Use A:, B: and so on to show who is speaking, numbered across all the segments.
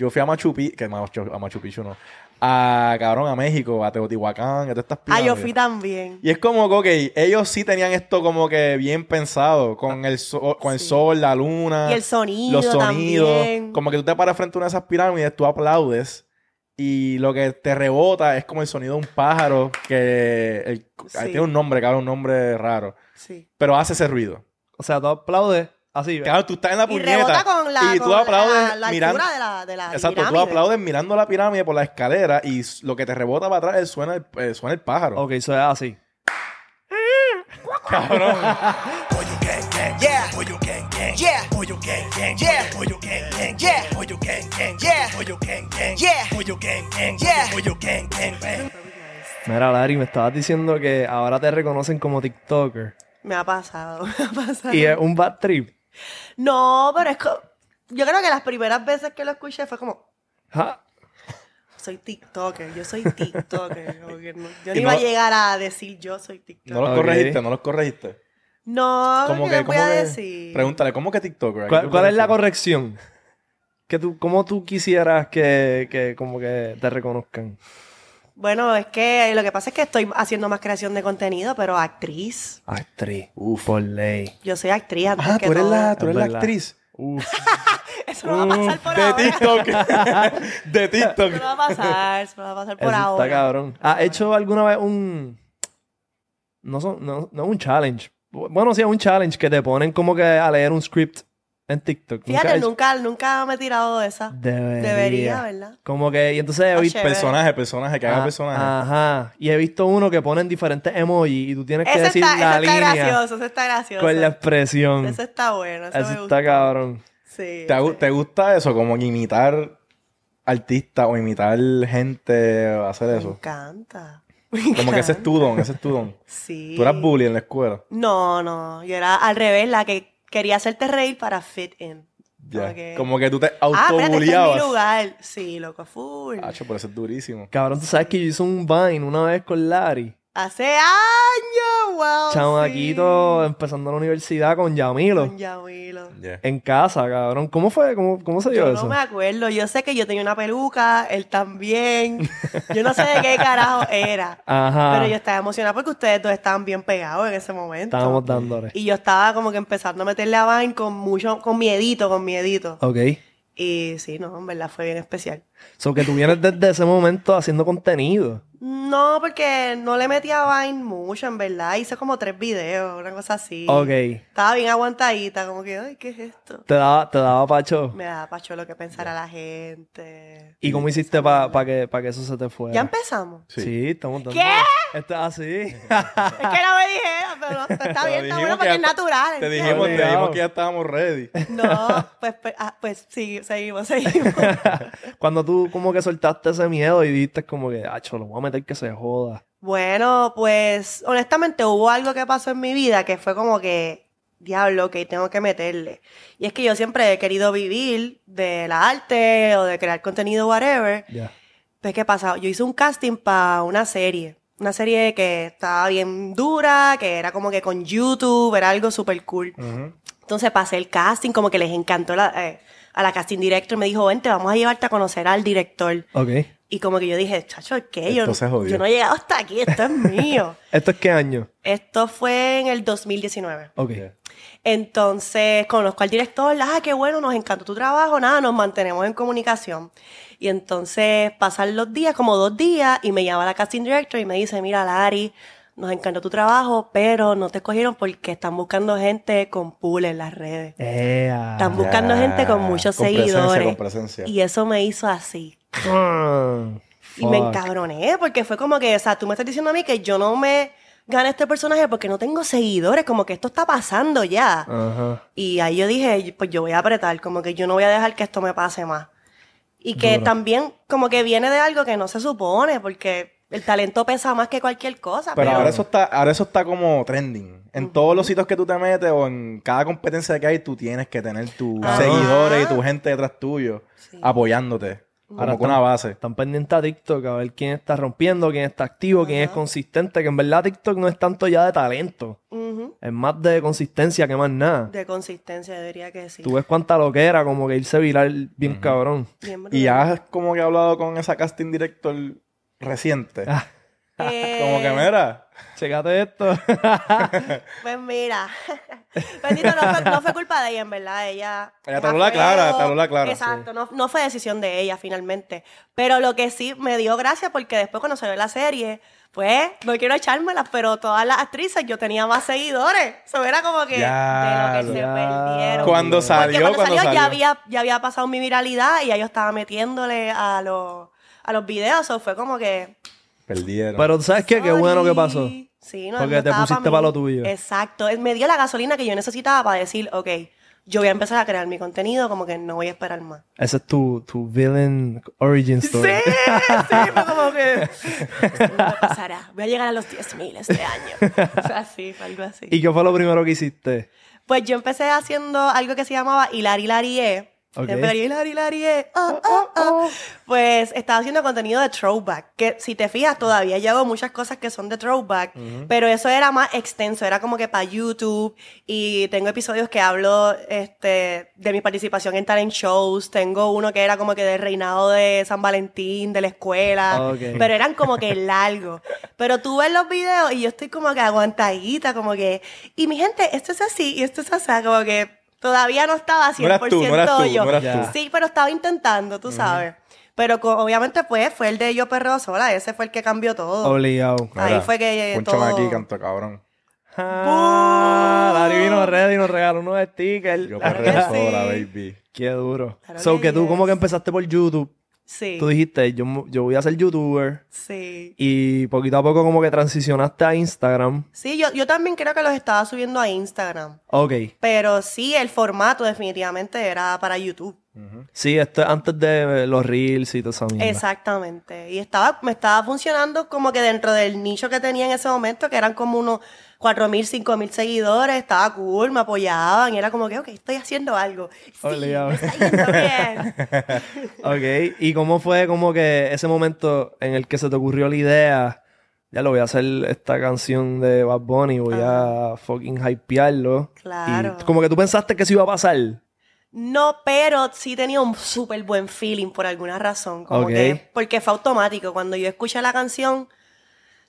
A: Yo fui a Machu Picchu, que Machu- a Machu Picchu no, a cabrón, a México, a Teotihuacán, a todas estas
B: Ah, yo
A: pirámides.
B: fui también.
A: Y es como que, ok, ellos sí tenían esto como que bien pensado, con el, so- con el
B: Ah, Sí.
A: sol, la luna,
B: Y el sonido
A: Ah, los sonidos.
B: también.
A: Como que tú te paras frente a una de esas pirámides, tú aplaudes y lo que te rebota es como el sonido de un pájaro que el-
B: Sí.
A: ay, tiene un nombre, cabrón, un nombre raro,
B: Sí.
A: pero hace ese ruido.
C: O sea, tú aplaudes así.
A: Claro, tú estás en la
B: Y rebota
A: puñeta
B: con la,
A: y tú
B: con la-
A: aplaudes
B: la,
A: mirando.
B: altura de la, de la
A: Exacto, tú
B: pirámide.
A: aplaudes mirando la pirámide por la escalera y s- lo que te rebota para atrás es suena el, eh, suena el pájaro.
C: Ok, eso es así.
D: Boy, you gang gang, yeah. Boy, you gang gang, yeah. Boy, you gang gang, yeah. Boy, you gang gang, yeah. Boy, you gang gang, yeah. Boy, you gang gang, yeah. Boy, you gang gang, yeah. Boy, you gang gang, bang.
C: Mira, Larry, me estabas diciendo que ahora te reconocen como TikToker.
B: Me ha pasado, me ha pasado.
C: Y es un bad trip.
B: No, pero es que yo creo que las primeras veces que lo escuché fue como,
C: Ja.
B: soy TikToker, yo soy TikToker. como que no- yo
A: Y
B: no iba a
A: no-
B: llegar a decir yo soy TikToker.
A: No los
C: Ok.
A: corregiste, no los corregiste.
B: No,
A: Como
B: ¿qué les
A: que,
B: voy
A: ¿cómo
B: a
A: que-
B: decir?
A: Pregúntale, ¿cómo que TikToker? ¿A qué
C: ¿Cuál,
A: tú
C: cuál es la
A: refieres?
C: corrección? Que tú, ¿Cómo tú quisieras que, que como que te reconozcan?
B: Bueno, es que lo que pasa es que estoy haciendo más creación de contenido, pero actriz.
C: Actriz. Uf. Por ley.
B: Yo soy actriz antes
A: Ah,
B: que
A: tú eres
B: todo.
A: la, tú
C: Es
A: eres la
C: verdad.
A: actriz. Uh,
C: Uf.
B: Eso no va a pasar por ahora.
A: De TikTok. de TikTok.
B: Eso no va a pasar, eso no va a pasar por
C: Eso
B: ahora.
C: Está cabrón. ¿Has hecho alguna vez un. No, son, no, no un challenge. Bueno, sí, un challenge que te ponen como que a leer un script en TikTok.
B: Fíjate,
C: has hecho-
B: nunca, nunca me he tirado de esa.
C: Debería.
B: Debería, ¿verdad?
C: Como que, y entonces he
B: Ah,
C: visto.
B: chévere.
A: Personaje, personaje, que haga
C: Ah,
A: personaje.
C: Ajá. Y he visto uno que ponen diferentes emojis y tú tienes que
B: Ese
C: decir
B: está, ese
C: la
B: está
C: línea
B: gracioso, ese está gracioso.
C: con la expresión.
B: Ese está bueno, ese me
C: Eso
B: gusta.
C: está cabrón.
B: Sí.
A: ¿Te, gu-
B: sí.
A: te gusta eso? Como imitar artistas o imitar gente, o hacer
B: Me
A: eso.
B: encanta.
A: Como que ese es tu don, ese es tu don.
B: Sí.
A: Tú eras bully en la escuela.
B: No, no. Yo era al revés, la que quería hacerte reír para fit in.
A: Ya.
B: Como que-
A: Como que tú te
B: Ah, espérate, este es mi
A: autobulliabas.
B: lugar. Sí, loco, full.
A: Hacho, pero eso es durísimo.
C: Cabrón, tú sabes que yo hice un Vine una vez con Larry.
B: Hace años, wow.
C: Chamaquito,
B: sí.
C: empezando la universidad con Yamilo.
B: Con Yamilo.
A: Ya.
C: En casa, cabrón. ¿Cómo fue? ¿Cómo, cómo se dio
B: Yo
C: eso?
B: no me acuerdo. Yo sé que yo tenía una peluca, él también. Yo no sé de qué carajo era.
C: Ajá.
B: Pero yo estaba emocionada porque ustedes dos estaban bien pegados en ese momento.
C: Estábamos dándole.
B: Y yo estaba como que empezando a meterle a Vine con mucho, con miedito, con miedito.
C: Ok.
B: Y sí, no, en verdad fue bien especial.
C: So que tú vienes desde ese momento haciendo contenido.
B: No, porque no le metí a Vine mucho, en verdad. Hice como tres videos, una cosa así.
C: Ok.
B: Estaba bien aguantadita, como que, ay, ¿qué es esto?
C: Te daba, te daba pacho.
B: Me da pacho lo que pensara la gente.
C: ¿Y cómo hiciste para que, pa que eso se te fuera?
B: Ya empezamos.
C: Sí,
A: Sí.
C: estamos ah, dándole.
B: ¿Qué?
C: Está así.
B: Es que no me dijeron, pero no, está
A: Te
B: bien, está
A: dijimos
B: bueno
A: que
B: porque
A: ya
B: es natural.
A: Te
B: ¿entiendes?
A: dijimos, te
C: Obligado.
A: dijimos que ya estábamos ready.
B: No, pues, pues, ah, pues sí, seguimos, seguimos.
C: Cuando tú como que soltaste ese miedo y dijiste como que, ah, lo voy a meter que se joda.
B: Bueno, pues honestamente hubo algo que pasó en mi vida que fue como que, diablo, que tengo que meterle. Y es que yo siempre he querido vivir de la arte o de crear contenido, whatever.
C: Ya.
B: Pues, ¿qué pasa? Yo hice un casting para una serie. Una serie que estaba bien dura, que era como que con YouTube, era algo súper cool.
A: Ujú.
B: Entonces pasé el casting, como que les encantó la- eh, a la casting director. Me dijo, vente, vamos a llevarte a conocer al director.
C: Ok.
B: Y como que yo dije, chacho, ¿qué? Yo,
A: Esto se jodió.
B: yo no he llegado hasta aquí, esto es mío.
C: ¿Esto es qué año?
B: Esto fue en el 2019.
C: Ok.
A: Ya.
B: Entonces conozco al director, ah, qué bueno, nos encantó tu trabajo, nada, nos mantenemos en comunicación. Y entonces pasan los días, como dos días, y me llama la casting director y me dice, mira, Lari, nos encantó tu trabajo, pero no te escogieron porque están buscando gente con pool en las redes.
C: Ea.
B: Están buscando
A: Ya.
B: gente con muchos
A: Con presencia,
B: seguidores.
A: con presencia.
B: Y eso me hizo así.
C: Ah,
B: Y me
C: fuck.
B: encabroné porque fue como que, o sea, tú me estás diciendo a mí que yo no me gané este personaje porque no tengo seguidores, como que esto está pasando ya.
A: Ah.
C: Ajá.
B: Y ahí yo dije, pues yo voy a apretar, como que yo no voy a dejar que esto me pase más. Y que
C: Duro.
B: también como que viene de algo que no se supone, porque el talento pesa más que cualquier cosa.
A: Pero
B: Pero,
A: ahora eso está, ahora eso está como trending. En todos los sitios que tú te metes o en cada
B: Ah.
A: competencia que hay, tú tienes que tener tus
B: Ajá.
A: seguidores y tu gente detrás tuyo apoyándote. Como
C: Ahora
A: con una
C: están-
A: base.
C: Están pendientes a TikTok a ver quién está rompiendo, quién está activo, quién es consistente. Que en verdad TikTok no es tanto ya de talento.
B: Ujú.
C: Es más de consistencia que más nada.
B: De consistencia, diría que sí.
C: Tú ves cuánta loquera, como que irse viral bien cabrón.
B: Bien brutal.
A: Y has como que hablado con esa casting director reciente.
C: Ah.
B: Eh,
A: Como que, mira,
C: Checate esto.
B: Pues mira, bendito, no fue, no fue culpa de ella, en verdad. Ella.
A: Ella te habló la clara, te habló la clara,
B: Exacto, no, no fue decisión de ella finalmente. Pero lo que sí me dio gracia, porque después cuando salió la serie, pues no quiero echármelas, pero todas las actrices yo tenía más seguidores. Eso era como que de lo que se
C: Diablo.
B: perdieron.
A: cuando
C: Porque
A: salió,
B: porque
A: cuando,
B: cuando salió,
A: salió.
B: Ya, había, ya había pasado mi viralidad y ya yo estaba metiéndole a los, a los videos. O fue como que.
A: Perdieron.
C: Pero ¿sabes qué? Qué bueno que pasó.
B: Sorry. Sí, no,
C: Porque
B: no
C: te
B: estaba
C: pusiste
B: mí.
C: pa' lo tuyo.
B: Exacto. Eh, Me dio la gasolina que yo necesitaba para decir, ok, yo voy a empezar a crear mi contenido, como que no voy a esperar más.
C: Esa es tu, tu villain origin
B: Sí, sí,
C: story.
B: fue como que. Esto no me pasará. Voy a llegar a los 10.000 este año. Fue así, fue algo así.
C: ¿Y qué fue lo primero que hiciste?
B: Pues yo empecé haciendo algo que se llamaba Hilari Larie.
C: Ok.
B: Hilari Larie. ah, ah, ah. Pues estaba haciendo contenido de throwback. Que si te fijas, todavía yo hago muchas cosas que son de throwback. Pero eso era más extenso. Era como que para YouTube. Y tengo episodios que hablo este, de mi participación en talent shows. Tengo uno que era como que del reinado de San Valentín, de la escuela.
C: Ok.
B: Pero eran como que largos. Pero tú ves los videos y yo estoy como que aguantadita, como que. Y mi gente, esto es así y esto es así, como que todavía no estaba 100%
A: No eras tú, no eras tú,
B: yo.
A: no eras
C: Ya.
A: tú.
B: Sí, pero estaba intentando, tú sabes. Pero co- obviamente, pues, fue el de Yo Perro Sola, ese fue el que cambió todo.
C: Obligado.
B: Ahí
A: Mira,
B: fue que, eh,
A: Pónchame
B: todo-
A: aquí, canto cabrón.
C: Ah, Dari vino ready y nos regaló unos stickers.
A: Yo pues,
B: Claro que
A: perreo
B: sí.
A: sola, baby.
C: Qué duro.
B: Claro
C: so,
B: que
C: que tú
B: yes.
C: como que empezaste por YouTube.
B: Sí.
C: Tú dijiste, yo, mo- yo voy a ser YouTuber.
B: Sí.
C: Y poquito a poco como que transicionaste a Instagram.
B: Sí, yo, yo también creo que los estaba subiendo a Instagram.
C: Ok.
B: Pero sí, el formato definitivamente era para YouTube.
C: Sí, esto es antes de eh, los Reels y todo eso.
B: Exactamente. Y estaba, me estaba funcionando como que dentro del nicho que tenía en ese momento, que eran como unos 4.000, 5.000 seguidores, estaba cool, me apoyaban, y era como que, ok, estoy haciendo algo. Sí,
C: Obligado.
B: me está yendo bien.
C: Ok, ¿y cómo fue como que ese momento en el que se te ocurrió la idea? Ya lo voy a hacer esta canción de Bad Bunny, voy a fucking hypearlo.
B: Claro.
C: Y como que tú pensaste que eso iba a pasar.
B: No, pero sí tenía un súper buen feeling por alguna razón. Como
C: Ok.
B: que, porque fue automático. Cuando yo escuché la canción,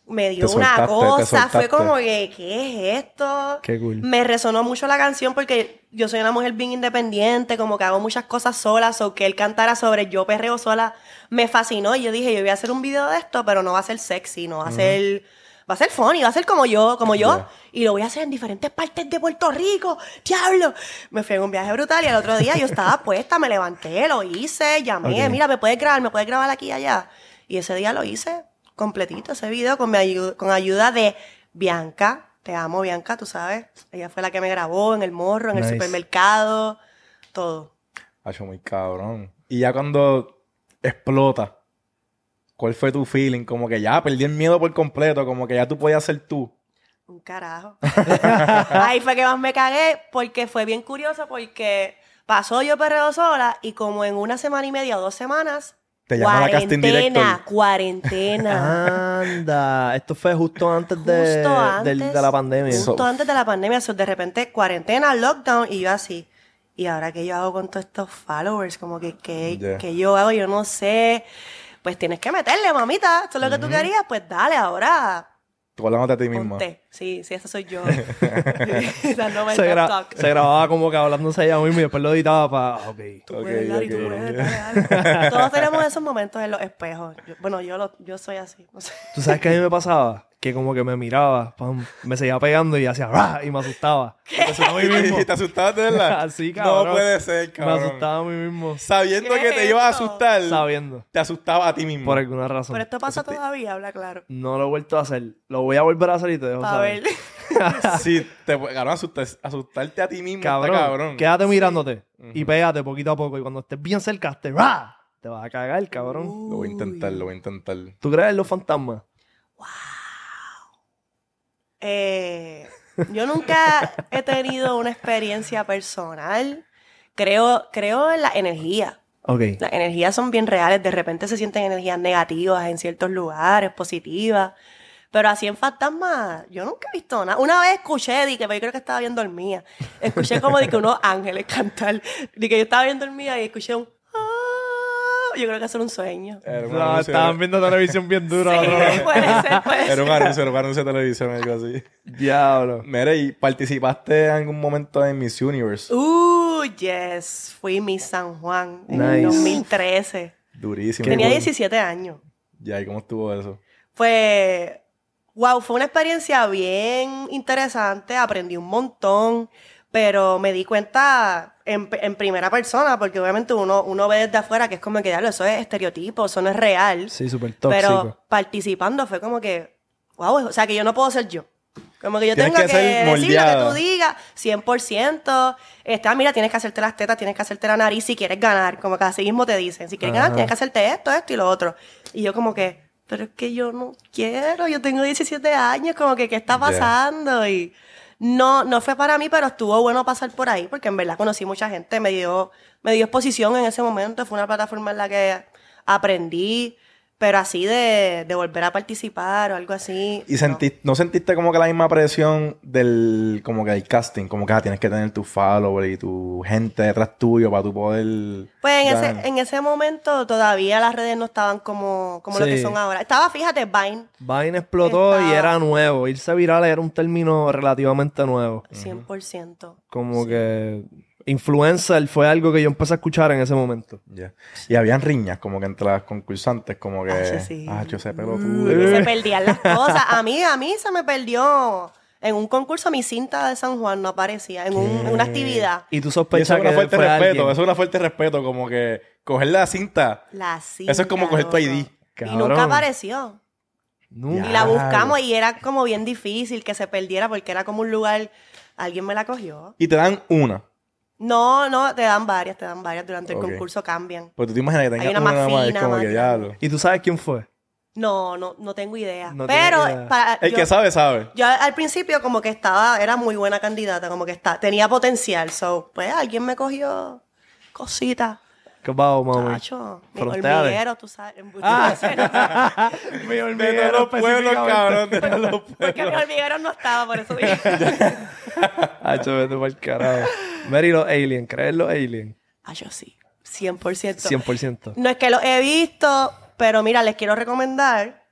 B: me dio
A: Te soltaste,
B: una
A: te
B: cosa. Fue
A: soltaste.
B: como que, ¿qué es esto?
C: Qué cool.
B: Me resonó mucho la canción porque yo soy una mujer bien independiente, como que hago muchas cosas solas, o que él cantara sobre yo perreo sola, me fascinó. Y yo dije, yo voy a hacer un video de esto, pero no va a ser sexy, no va a ser. Va a ser funny, va a ser como yo, como yo.
A: Ya.
B: Y lo voy a hacer en diferentes partes de Puerto Rico. ¡Diablo! Me fui en un viaje brutal y al otro día yo estaba puesta, me levanté, lo hice, llamé,
C: Ok.
B: mira, me puedes grabar, me puedes grabar aquí y allá. Y ese día lo hice completito, ese video, con, mi ayu- con ayuda de Bianca. Te amo, Bianca, tú sabes. Ella fue la que me grabó en el morro, en
C: Nice.
B: el supermercado, todo.
A: Hacho, muy cabrón. Y ya cuando explota, ¿cuál fue tu feeling? Como que ya perdí el miedo por completo, como que ya tú podías ser tú.
B: Un carajo. Ahí fue que más me cagué porque fue bien curioso porque pasó yo perreo sola y como en una semana y media o dos semanas,
A: Te llamó la casting
B: cuarentena,
A: director. Ah.
B: cuarentena.
C: Anda, esto fue justo antes de,
B: Justo antes.
C: del- de la pandemia.
B: Justo
A: So-
B: antes de la pandemia, so, de repente cuarentena, lockdown y yo así. Y ahora que yo hago con todos estos followers, como que ¿qué
A: Yeah.
B: qué yo hago, yo no sé. Pues tienes que meterle, mamita. Esto es lo que tú querías, pues dale ahora.
A: Tú hablándote a ti misma.
B: Ponte. Sí, sí, esa soy yo. Dándome
C: se,
B: el
C: gra-
B: talk.
C: se grababa como que hablándose ella mismo y después lo editaba para... Ok.
B: Tú
A: Ok,
B: puedes hablar y
A: ok.
B: tú puedes hablar. Todos tenemos esos momentos en los espejos. Yo- bueno, yo, lo- yo soy así. No sé.
C: ¿Tú sabes qué a mí me pasaba? Que como que me miraba, pam, me seguía pegando y hacía... "Rah", Y me asustaba. Entonces, a mí mismo.
A: ¿Te asustaste, verdad?
C: Así, cabrón.
A: no puede ser, cabrón.
C: Me asustaba a mí mismo.
A: Sabiendo
B: ¿Qué
A: que
B: es
A: te ibas a
B: esto?
A: asustar,
C: Sabiendo.
A: te asustaba a ti mismo.
C: Por alguna razón.
B: Pero esto pasa todavía, habla claro.
C: No lo he vuelto a hacer. Lo voy a volver a hacer y te dejo
B: A
C: saber.
B: ver.
A: Sí, te cabrón, asustar- asustarte a ti mismo
C: Cabrón,
A: está cabrón.
C: Quédate mirándote. Y pégate poquito a poco. Y cuando estés bien cerca, te, ¡ra! te vas a cagar, cabrón.
A: Lo voy a intentar, lo voy a intentar.
C: ¿Tú crees en los fantasmas?
B: Eh, yo nunca he tenido una experiencia personal. Creo, creo en la energía.
C: Ok.
B: Las energías son bien reales, de repente se sienten energías negativas en ciertos lugares, positivas. Pero así en fantasmas, yo nunca he visto nada. Una vez escuché, di que pero yo creo que estaba bien dormida. Escuché como de que unos ángeles cantar. Di que yo estaba bien dormida y escuché un. "Ah". Yo creo que eso era un sueño.
A: Era un
C: No,
A: anuncio-
C: estaban viendo televisión bien dura. la otra
B: Sí,
C: vez.
B: puede ser, puede ser.
A: Era un anuncio, era un anuncio de televisión, algo así.
C: Diablo.
A: Mira, ¿y participaste en algún momento en Miss Universe?
B: Uh, yes. Fui Miss San Juan en el
C: Nice.
B: 2013.
A: Durísimo.
B: Tenía
A: Cool.
B: 17 años.
A: Ya, ¿y cómo estuvo eso?
B: Pues, wow, fue una experiencia bien interesante, aprendí un montón, pero me di cuenta en, en primera persona, porque obviamente uno, uno ve desde afuera que es como que, diablo, eso es estereotipo, eso no es real.
C: Sí, súper
B: pero
C: tóxico.
B: participando fue como que, wow, o sea, que yo no puedo ser yo. Como que yo
A: Tienes
B: tengo que,
A: que ser
B: decir lo que
A: moldeada.
B: tú digas, 100%. Está, mira, tienes que hacerte las tetas, tienes que hacerte la nariz si quieres ganar. Como que así mismo te dicen, si quieres ganar,
C: Ajá.
B: tienes que hacerte esto, esto y lo otro. Y yo como que, pero es que yo no quiero, yo tengo 17 años, como que, ¿qué está
A: Ya.
B: pasando? Y no, no fue para mí, pero estuvo bueno pasar por ahí, porque en verdad conocí mucha gente, me dio, me dio exposición en ese momento, fue una plataforma en la que aprendí, pero así de, de volver a participar o algo así.
A: ¿Y
B: no.
A: sentiste, no sentiste como que la misma presión del como que el casting? Como que ah, tienes que tener tu follower y tu gente detrás tuyo para tu poder.
B: Pues en
A: ganar.
B: ese, en ese momento todavía las redes no estaban como, como lo que
C: Sí.
B: son ahora. Estaba, fíjate, Vine.
C: Vine explotó y
B: Estaba-
C: era nuevo. Irse viral era un término relativamente nuevo.
B: 100%.
C: Como que influencer fue algo que yo empecé a escuchar en ese momento.
A: Ya. Y habían riñas como que entre las concursantes, como que.
B: Ah, sí.
A: Ah, yo sé, pero
B: Mm, se perdían las cosas. A mí, a mí se me perdió. En un concurso mi cinta de San Juan no aparecía. En, un- en una actividad.
C: Y tú
A: Y eso
C: sospechas
A: es una
C: que
A: fuerte
C: Pues, fue
A: respeto,
C: alguien.
A: eso es una fuerte respeto, como que coger la cinta.
B: La cinta.
A: Eso es como coger tu
B: loco.
A: ID.
B: Y nunca
C: Cabrón.
B: apareció.
C: Nunca.
B: Y la
A: Claro.
B: buscamos y era como bien difícil que se perdiera porque era como un lugar. Alguien me la cogió.
A: Y te dan una.
B: No, no, te dan varias, te dan varias. Durante
A: Ok.
B: el concurso cambian.
A: Pues tú te imaginas que tengas
B: Hay
A: una,
B: una más
A: nada más, es
B: fina,
A: como
B: más
A: que
B: grande.
A: diablo.
C: ¿Y tú sabes quién fue?
B: No, no, no tengo idea.
C: No tiene
B: Pero
C: idea.
B: para,
A: El
B: yo,
A: que sabe, sabe.
B: yo al principio como que estaba, era muy buena candidata, como que está, tenía potencial. So, pues alguien me cogió cositas.
C: ¿Qué pasó, mami?
B: Chacho, mi
C: Fronteale.
B: hormiguero, tú sabes. embuste, no sé, no sé.
C: Ah. Mi
A: De todos los pueblos, cabrón, de todos los
B: Porque mi
A: pueblos.
B: hormiguero no estaba, por eso dije.
C: Ah, chacho, vete pa'l carajo. Mary, los aliens. ¿Crees los aliens?
B: Ah, yo sí, 100%.
C: 100%.
B: No es que lo he visto, pero mira, les quiero recomendar.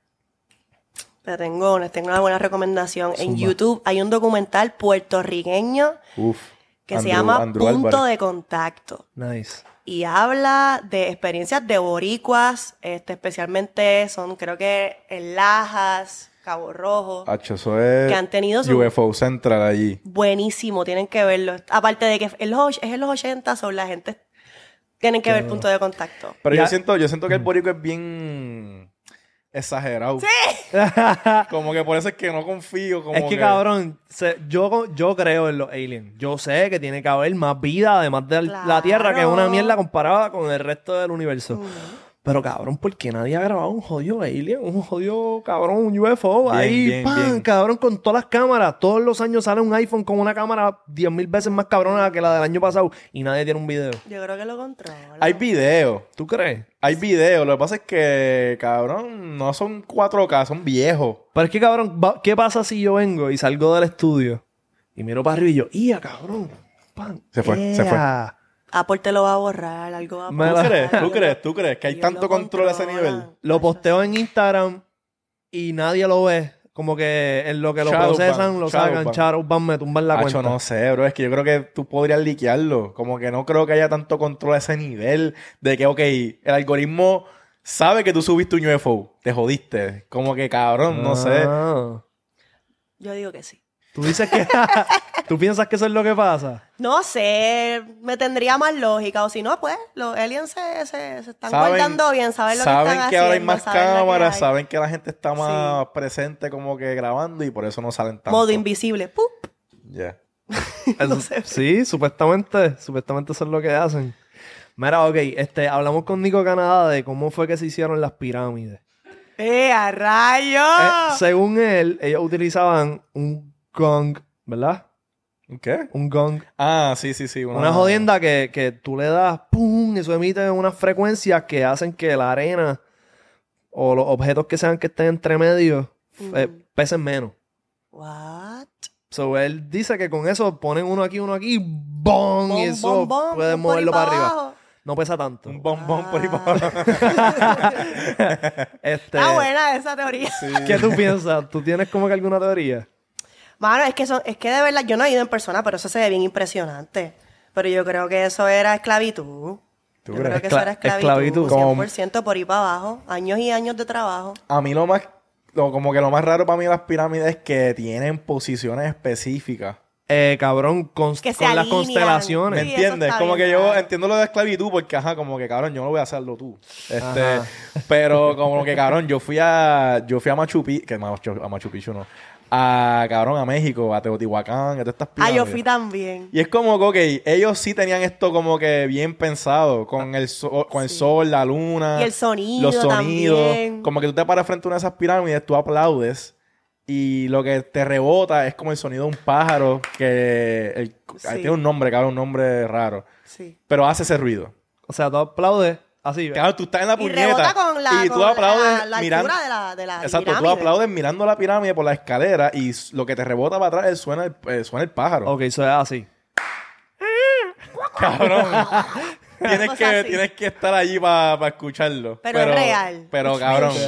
B: Les tengo, les tengo una buena recomendación. En
C: Zumba.
B: YouTube hay un documental puertorriqueño
A: Uf.
B: que
A: Andrew-
B: se llama
A: Andrew
B: Punto
A: Álvarez.
B: de Contacto.
C: Nice.
B: y habla de experiencias de boricuas, este, especialmente son creo que en Lajas, Cabo Rojo.
A: Hacho, eso es
B: que han tenido su-
A: UFO Central allí.
B: Buenísimo, tienen que verlo. Aparte de que en los och- es en los 80, son la gente tienen que ver punto de contacto.
A: Pero
C: Ya-
A: yo siento, yo siento que el borico es bien exagerado. Como que por eso es que no confío. Como
C: es que, cabrón, se- yo, yo creo en los aliens. Yo sé que tiene que haber más vida, además de la
B: Claro.
C: Tierra, que es una mierda comparada con el resto del universo. Pero, cabrón, ¿por qué nadie ha grabado un jodido alien? Un jodido, cabrón, un UFO
A: Bien,
C: ahí,
A: bien,
C: ¡pam!
A: bien.
C: cabrón, con todas las cámaras. Todos los años sale un iPhone con una cámara 10.000 veces más cabrona que la del año pasado y nadie tiene un video.
B: Yo creo que lo controla.
A: Hay videos.
C: ¿Tú crees?
A: Hay videos. Lo que pasa es que, cabrón, no son 4K, son viejos.
C: Pero es que, cabrón, va- ¿qué pasa si yo vengo y salgo del estudio y miro para arriba y yo, ¡ia, cabrón! ¡Pam!
A: Se fue, se fue.
C: ¡Ea!
B: Apple te lo va a borrar, algo va a
C: Me la-
A: ¿Tú
B: pasar,
A: crees? ¿Tú
B: algo-
A: crees? ¿Tú crees? Que hay
B: Ellos
A: tanto
B: lo
A: control a ese
B: controlan.
A: nivel.
C: Lo posteo en Instagram y nadie lo ve. Como que en lo que lo
A: Shadowban,
C: procesan, lo sacan,
A: Shadowban.
C: Shadowban, me tumban la
A: Hacho,
C: cuenta.
A: no sé, bro. Es que yo creo que tú podrías liquearlo. Como que no creo que haya tanto control a ese nivel de que, ok, el algoritmo sabe que tú subiste un UFO. Te jodiste. Como que, cabrón, no sé.
C: Ah.
B: Yo digo que sí.
C: Tú dices que... ¿Tú piensas que eso es lo que pasa?
B: No sé, me tendría más lógica. O si no, pues, los aliens se, se- se están guardando bien, saben lo que están
A: ahora hay
B: haciendo,
A: más
B: saben lo que
A: cámaras,
B: hay.
A: saben que la gente está más presente como que grabando y por eso no salen tanto.
B: Modo invisible. ¡pup!
A: Ya.
C: Eso- Sí, supuestamente. Supuestamente eso es lo que hacen. Mira, ok. Este, hablamos con Nico Canadá de cómo fue que se hicieron las pirámides.
B: ¡Eh, a rayo! Ah.
C: Eh, según él, ellos utilizaban un gong, ¿verdad?
A: ¿Qué?
C: Un gong.
A: Ah, sí, sí, sí.
C: Una jodienda que, que tú le das, ¡pum! Eso emite unas frecuencias que hacen que la arena o los objetos que sean que estén entre medio eh,
B: Mm.
C: pesen menos.
B: What?
C: So, él dice que con eso ponen uno aquí, uno aquí, ¡bong! y
B: Bom,
C: eso
B: bom, bom,
C: puede
B: bom por
C: moverlo
B: ahí
C: para arriba.
B: abajo.
C: No pesa tanto.
A: Un bombón por ahí
B: Ah.
A: para abajo.
C: Este,
B: Está buena esa teoría.
C: ¿Qué tú piensas? ¿Tú tienes como que alguna teoría?
B: Mano, es que, son, es que de verdad yo no he ido en persona, pero eso se ve bien impresionante. Pero yo creo que eso era esclavitud.
A: ¿Tú
B: Yo
A: crees?
B: creo que eso
C: Escla-
B: era esclavitud.
C: esclavitud.
B: 100% por ahí para abajo. Años y años de trabajo.
A: A mí lo más, lo- como que lo más raro para mí de las pirámides es que tienen posiciones específicas.
C: Eh, cabrón, con,
B: Que se
C: con las
B: alinean.
A: ¿Me
C: constelaciones.
B: Sí, eso
A: entiendes?
B: está
A: Como
B: bien
A: que yo
B: raro.
A: entiendo lo de esclavitud porque, ajá, como que cabrón, yo no voy a hacerlo tú. Este,
C: Ajá.
A: pero como que cabrón, yo fui a, yo fui a Machu Picchu, que Machu- a Machu Picchu no, a cabrón, a México, a Teotihuacán, a todas estas
B: Ah,
A: pirámides.
B: yo fui también.
A: Y es como que, ok, ellos sí tenían esto como que bien pensado, con el, so- con el sol, la luna.
B: Ah, Y el sonido
A: Los sonidos.
B: también.
A: Como que tú te paras frente a una de esas pirámides, tú aplaudes. Y lo que te rebota es como el sonido de un pájaro que... el-
B: Sí.
A: ahí Tiene un nombre, cabrón, un nombre raro.
B: Sí.
A: Pero hace ese ruido.
C: O sea, tú aplaudes así.
A: Claro, tú estás en la
B: Y
A: puñeta.
B: rebota con la,
A: y tú
B: con la-
A: aplaudes
B: la,
A: mirando...
B: altura de la, de la
A: Exacto, tú
B: pirámide.
A: aplaudes mirando la pirámide por la escalera y s- lo que te rebota para atrás es- suena el, eh, suena el pájaro.
C: Ok, eso es así.
A: Cabrón. tienes,
B: Cosas
A: que,
B: así.
A: tienes que estar allí para escucharlo.
B: Pero es real.
A: Pero
B: It's
A: cabrón.
B: real
C: De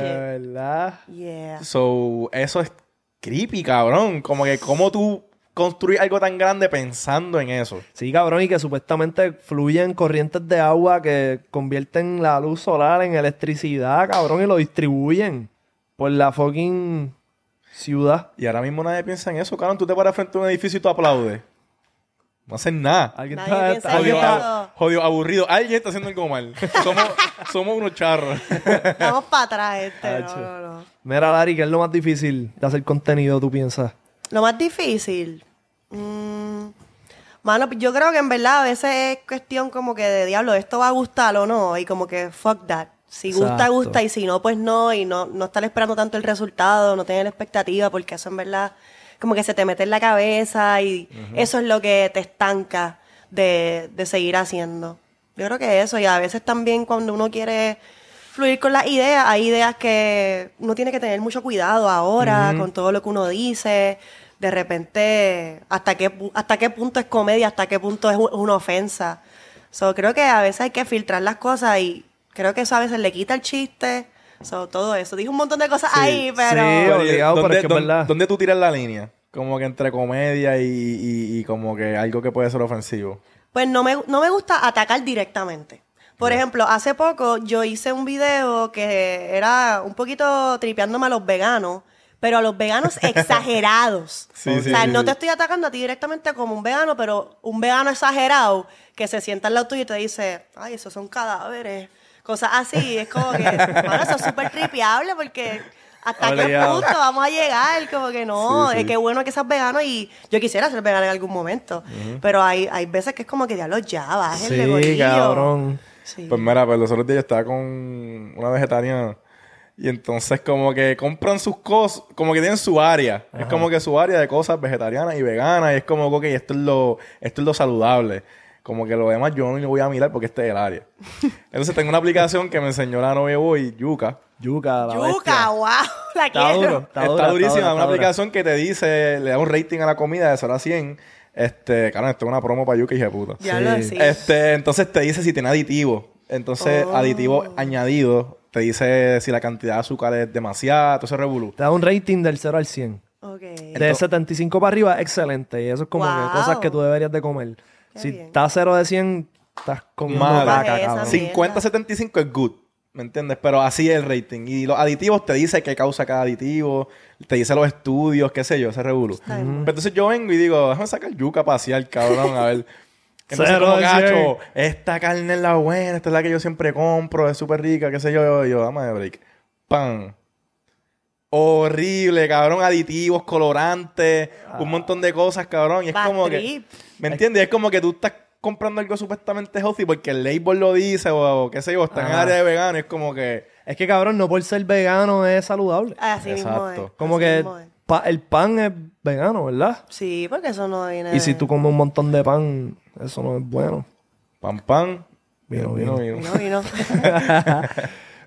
B: shit.
C: verdad.
B: Yeah.
A: So, eso es creepy, cabrón. Como que cómo tú construir algo tan grande pensando en eso.
C: Sí, cabrón, y que supuestamente fluyen corrientes de agua que convierten la luz solar en electricidad, cabrón, y lo distribuyen por la fucking ciudad.
A: Y ahora mismo nadie piensa en eso, cabrón. Tú te paras frente a un edificio y tú aplaudes. No hacen nada.
C: Alguien
B: Nadie
C: está,
B: piensa en
C: alguien
A: Jodido,
C: está-
B: eso.
A: ab- jodido, aburrido. Alguien está haciendo algo mal. Somos, somos unos charros.
B: Vamos para atrás este. No,
C: Hacho.
B: no, no.
C: Mira, Lari, ¿qué es lo más difícil de hacer contenido, tú piensas?
B: Lo más difícil. mm, mano, yo creo que en verdad a veces es cuestión como que de diablo, esto va a gustar o no. Y como que fuck that. Si gusta,
C: Exacto.
B: gusta. Y si no, pues no. Y no, no estar esperando tanto el resultado, no tener la expectativa, porque eso en verdad como que se te mete en la cabeza y eso es lo que te estanca de, de seguir haciendo. Yo creo que eso. Y a veces también cuando uno quiere fluir con las ideas. Hay ideas que uno tiene que tener mucho cuidado ahora con todo lo que uno dice. De repente, hasta qué, pu- hasta qué punto es comedia, hasta qué punto es u- una ofensa. So, creo que a veces hay que filtrar las cosas y creo que eso a veces le quita el chiste. So, todo eso. Dije un montón de cosas ahí,
C: sí,
B: pero...
C: obligado, pero
A: ¿dónde,
C: es que es
A: dónde-
C: verdad.
A: dónde tú tiras la línea? Como que entre comedia y, y- y como que algo que puede ser ofensivo.
B: Pues no me, no me gusta atacar directamente. Por ejemplo, hace poco yo hice un video que era un poquito tripeándome a los veganos, pero a los veganos exagerados.
A: Sí,
B: o
A: sí,
B: sea,
A: sí,
B: no
A: sí.
B: te estoy atacando a ti directamente como un vegano, pero un vegano exagerado que se sienta al lado tuyo y te dice, ay, esos son cadáveres. Cosas así, es como que, bueno, eso es súper tripeable porque hasta qué
C: Obligado.
B: punto vamos a llegar, como que no,
A: Sí, sí.
B: es que bueno que seas vegano y yo quisiera ser vegana en algún momento, pero hay, hay veces que es como que diablo ya, bájenle,
C: Sí,
B: gorillo".
C: cabrón.
B: Sí.
A: Pues mira, pues los otros días yo estaba con una vegetariana y entonces como que compran sus cosas, como que tienen su área. Es como que su área de cosas vegetarianas y veganas y es como, ok, esto es lo, esto es lo saludable. Como que lo demás yo no lo voy a mirar porque este es el área. Entonces tengo una aplicación que me enseñó la novia hoy, Yuca.
C: Yuca, la
B: Yuca,
C: bestia.
B: wow, la
C: Está
B: quiero.
C: duro.
A: Está,
C: dura,
A: durísima.
C: dura,
A: una
C: está dura.
A: aplicación que te dice, le da un rating a la comida de 0 a 100. Este, claro, esto es una promo para Yuca y de puta.
B: Diablo,
C: Sí.
B: sí.
A: Este, entonces te dice si tiene aditivo. Entonces,
B: Oh.
A: aditivo añadido. Te dice si la cantidad de azúcar es demasiada, todo ese revolú.
C: Te da un rating del 0 al 100.
B: Ok.
C: De 75 para arriba, excelente. Y eso es como
B: Wow.
C: que cosas que tú deberías de comer.
B: Qué
C: si
B: bien.
C: estás 0 de 100, estás comiendo
A: Madre.
C: caca,
B: Esa
C: cabrón.
B: sí.
A: 50-75 es good. ¿Me entiendes? Pero así es el rating. Y los aditivos te dice qué causa cada aditivo, te dice los estudios, qué sé yo, ese revolú.
B: bien.
A: Pero Pues entonces yo vengo y digo, déjame sacar yuca a pasear, cabrón, a ver. Entonces,
C: Cero
A: como
C: de
A: gacho, esta carne es la buena, esta es la que yo siempre compro, es súper rica, qué sé yo, yo, yo, dame de break. Pan. Horrible, cabrón, aditivos, colorantes, un montón de cosas, cabrón. Y es
B: Bad
A: como que.
B: trip.
A: ¿Me entiendes? Es como que tú estás comprando algo supuestamente healthy porque el label lo dice o, o qué sé yo, está en
C: Ajá.
A: área de vegano. y Es como que.
C: Es que, cabrón, no por ser vegano es saludable.
B: Así mismo es.
A: Exacto.
C: Como
B: así
C: que
B: mismo es.
C: pa- el pan es vegano, ¿verdad?
B: Sí, porque eso no viene.
C: Y si tú comes un montón de pan, eso no es bueno.
A: Pan, pan.
C: Vino,
A: vino.
B: No, vino.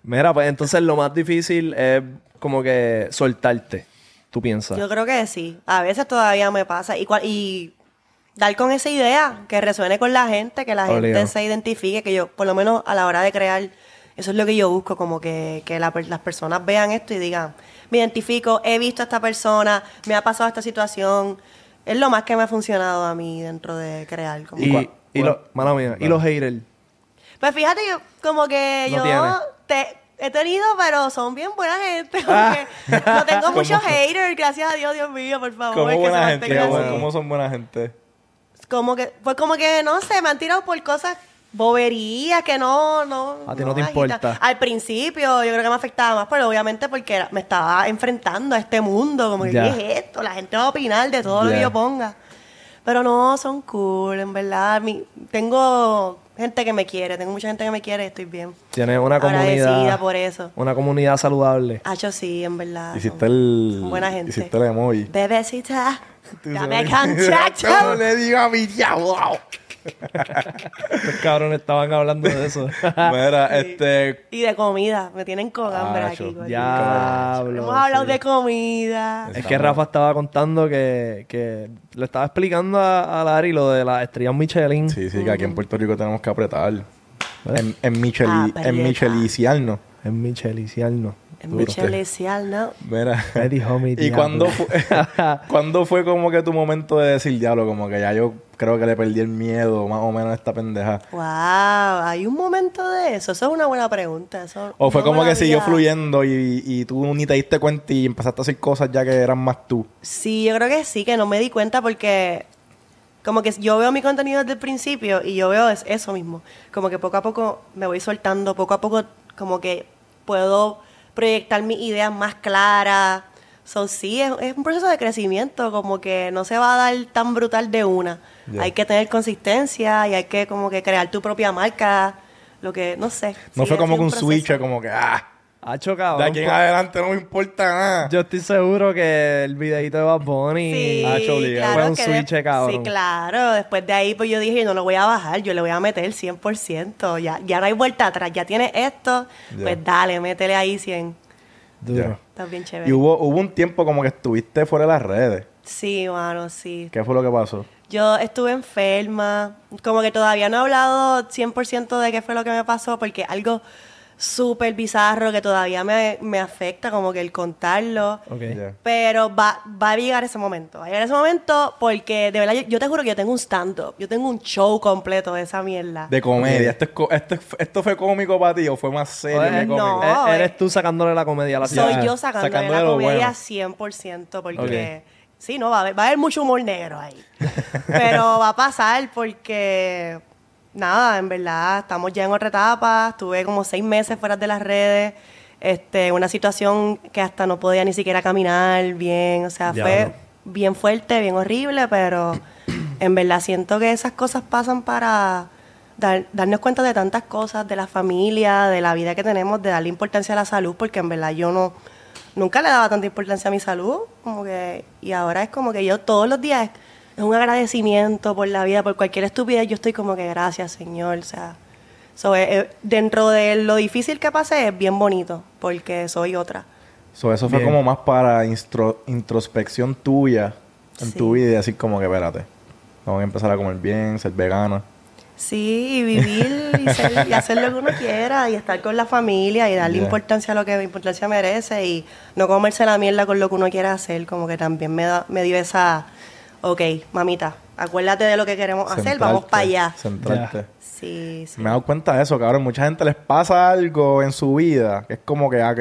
C: Mira, pues entonces lo más difícil es como que soltarte, tú piensas.
B: Yo creo que sí. A veces todavía me pasa. Y, cua- y dar con esa idea que resuene con la gente, que la
C: Obligado.
B: gente se identifique, que yo, por lo menos a la hora de crear, eso es lo que yo busco, como que, que la per- las personas vean esto y digan, me identifico, he visto a esta persona, me ha pasado esta situación. Es lo más que me ha funcionado a mí dentro de crear. Como
C: y,
A: cua-
C: y
A: cua-
C: lo- mala mía, y los haters.
B: Pues fíjate, yo, como que
C: No
B: yo
C: tiene.
B: te- he tenido, pero son bien buena gente. como que no tengo muchos haters, gracias a Dios, Dios mío, por favor.
A: Como
B: que
A: buena
B: se
A: gente,
B: mantengan
A: como-
B: así.
A: como son buena gente.
B: Como que, pues como que, no sé, me han tirado por cosas boberías que no, no.
C: A ti no te importa.
B: agitan. Al principio yo creo que me afectaba más, pero obviamente porque era- me estaba enfrentando a este mundo, como que,
C: Ya.
B: ¿qué es esto? La gente va a opinar de todo lo
A: Ya.
B: que yo ponga. Pero no, son cool, en verdad. Mi- tengo gente que me quiere, tengo mucha gente que me quiere, estoy bien.
C: Tienes una
B: Agradecida
C: comunidad.
B: por eso.
C: Una comunidad saludable.
B: Hacho sí, en verdad.
A: Hiciste el.
B: Son buena gente.
A: Hiciste el emoji.
B: Bebecita, dame
A: No
B: contacto.
A: le digo a mi diablo.
C: Estos cabrones estaban hablando de eso.
A: Mira, este.
B: Y de comida, me tienen con hambre
A: Acho,
B: aquí. coño.
C: Diablo.
B: Hemos hablado
C: sí.
B: de comida.
C: Es que Rafa estaba contando que, que le estaba explicando a, a Larry lo de las estrellas Michelin.
A: Sí, sí, que aquí en Puerto Rico tenemos que apretar. En, en, Micheli,
B: Aprieta.
A: en micheliciarnos.
C: Es Micheliciano.
B: Es
A: Duro.
B: michelicial, ¿no?
A: Mira.
C: Me dijo mi
A: ¿Y
C: diablo.
A: cuándo fue, cuándo fue como que tu momento de decir diablo? Como que ya yo creo que le perdí el miedo, más o menos, a esta pendeja.
B: Wow, hay un momento de eso. Eso es una buena pregunta. eso
A: O fue
B: no
A: como
B: me lo
A: que siguió
B: había-
A: fluyendo y, y tú ni te diste cuenta y empezaste a hacer cosas ya que eran más tú.
B: Sí, yo creo que sí, que no me di cuenta porque como que yo veo mi contenido desde el principio y yo veo es eso mismo. Como que poco a poco me voy soltando, poco a poco como que puedo proyectar mis ideas más claras. So, sí, es, es un proceso de crecimiento, como que no se va a dar tan brutal de una.
A: Ya.
B: Hay que tener consistencia y hay que como que crear tu propia marca, lo que, no sé.
A: No
B: Sí,
A: fue
B: ha
A: como
B: sido
A: que un
B: proceso.
A: switch, como que ah,
C: Ha
A: de
C: chocado.
A: aquí en adelante no me importa nada.
C: Yo estoy seguro que el videito de Bad Bunny
B: Sí,
C: ha hecho obligado.
B: claro
C: fue
B: que
C: un
B: de-
C: switch, cabrón.
B: Sí, claro. Después de ahí, pues yo dije, no lo voy a bajar, yo le voy a meter 100%. Ya, ya no hay vuelta atrás, ya tienes esto,
A: Ya.
B: pues dale, métele ahí 100.
C: Duro.
A: Ya.
B: Está bien chévere.
A: Y hubo, hubo un tiempo como que estuviste fuera de las redes.
B: Sí, mano, sí.
A: ¿Qué fue lo que pasó?
B: Yo estuve enferma, como que todavía no he hablado 100% de qué fue lo que me pasó, porque algo súper bizarro que todavía me, me afecta, como que el contarlo.
C: Ok.
A: Ya.
B: Pero va, va a llegar ese momento. Va a llegar ese momento porque, de verdad, yo, yo te juro que yo tengo un stand-up. Yo tengo un show completo de esa mierda.
A: De comedia. Esto, es co- esto, es- esto fue cómico para ti o fue más serio
C: Oye,
A: que
B: Pues, no.
A: cómico?
C: E-
B: eh.
C: eres tú sacándole la comedia a la
B: Soy
A: Ya,
C: ciudad.
B: yo sacando de
A: sacándole
B: la
A: lo
B: comedia
A: bueno.
B: 100% porque... Sí, no, va a, haber, va a haber mucho humor negro ahí. Pero va a pasar porque... Nada, en verdad, estamos ya en otra etapa. Estuve como seis meses fuera de las redes. Este, una situación que hasta no podía ni siquiera caminar bien. O sea,
C: Ya,
B: fue
C: no.
B: bien fuerte, bien horrible, pero... En verdad, siento que esas cosas pasan para... dar- darnos cuenta de tantas cosas, de la familia, de la vida que tenemos, de darle importancia a la salud, porque en verdad yo no, nunca le daba tanta importancia a mi salud, como que, y ahora es como que yo todos los días es un agradecimiento por la vida, por cualquier estupidez, yo estoy como que gracias, Señor, o sea, so, eh, eh, dentro de lo difícil que pasé es bien bonito, porque soy otra.
A: So, eso fue
C: Bien.
A: como más para instro- introspección tuya en
B: Sí.
A: tu vida y así como que, espérate, vamos a empezar a comer bien, ser vegano.
B: Sí, y vivir y, ser- y hacer lo que uno quiera y estar con la familia y darle
A: Ya.
B: importancia a lo que importancia merece y no comerse la mierda con lo que uno quiera hacer, como que también me, da- me dio esa, ok, mamita, acuérdate de lo que queremos hacer, vamos
A: Centrarte,
B: para allá.
A: Centrarte.
C: Ya.
B: Sí, sí.
A: Me he dado cuenta de eso, cabrón. Mucha gente les pasa algo en su vida que es como que, ah, ok,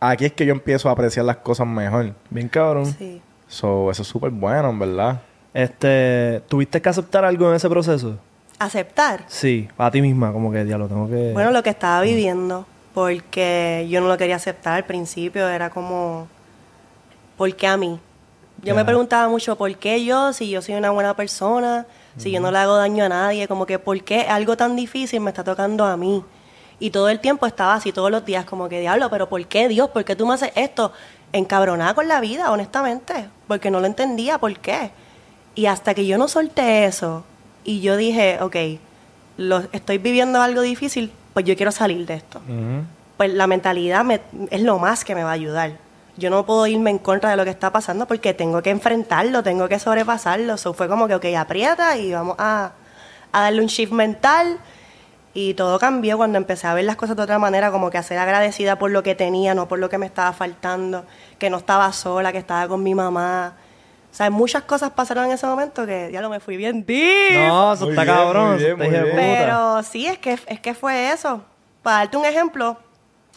A: aquí es que yo empiezo a apreciar las cosas mejor.
C: Bien cabrón.
B: sí.
A: So, eso es súper bueno, en verdad.
C: Este, ¿tuviste que aceptar algo en ese proceso?
B: Aceptar.
C: Sí, a ti misma, como que ya lo tengo que.
B: Bueno, lo que estaba viviendo, porque yo no lo quería aceptar al principio, era como, ¿por qué a mí? Yo
C: Ya.
B: me preguntaba mucho, ¿por qué yo? Si yo soy una buena persona, si yo no le hago daño a nadie, como que, ¿por qué algo tan difícil me está tocando a mí? Y todo el tiempo estaba así, todos los días, como que, diablo, pero ¿por qué Dios? ¿Por qué tú me haces esto? encabronada con la vida, honestamente, porque no lo entendía por qué. Y hasta que yo no solté eso y yo dije, ok, lo, estoy viviendo algo difícil, pues yo quiero salir de esto. Pues la mentalidad me- es lo más que me va a ayudar. Yo no puedo irme en contra de lo que está pasando porque tengo que enfrentarlo, tengo que sobrepasarlo. So fue como que, ok, aprieta y vamos a, a darle un shift mental. Y todo cambió cuando empecé a ver las cosas de otra manera, como que a ser agradecida por lo que tenía, no por lo que me estaba faltando, que no estaba sola, que estaba con mi mamá. O sea, muchas cosas pasaron en ese momento que ya lo me fui bien deep.
C: No, eso
A: Muy
C: está
A: bien,
C: cabrón.
A: muy bien,
C: eso está
A: muy
C: hijo de
A: bien.
C: puta.
B: Pero sí, es que, es que fue eso. Para darte un ejemplo,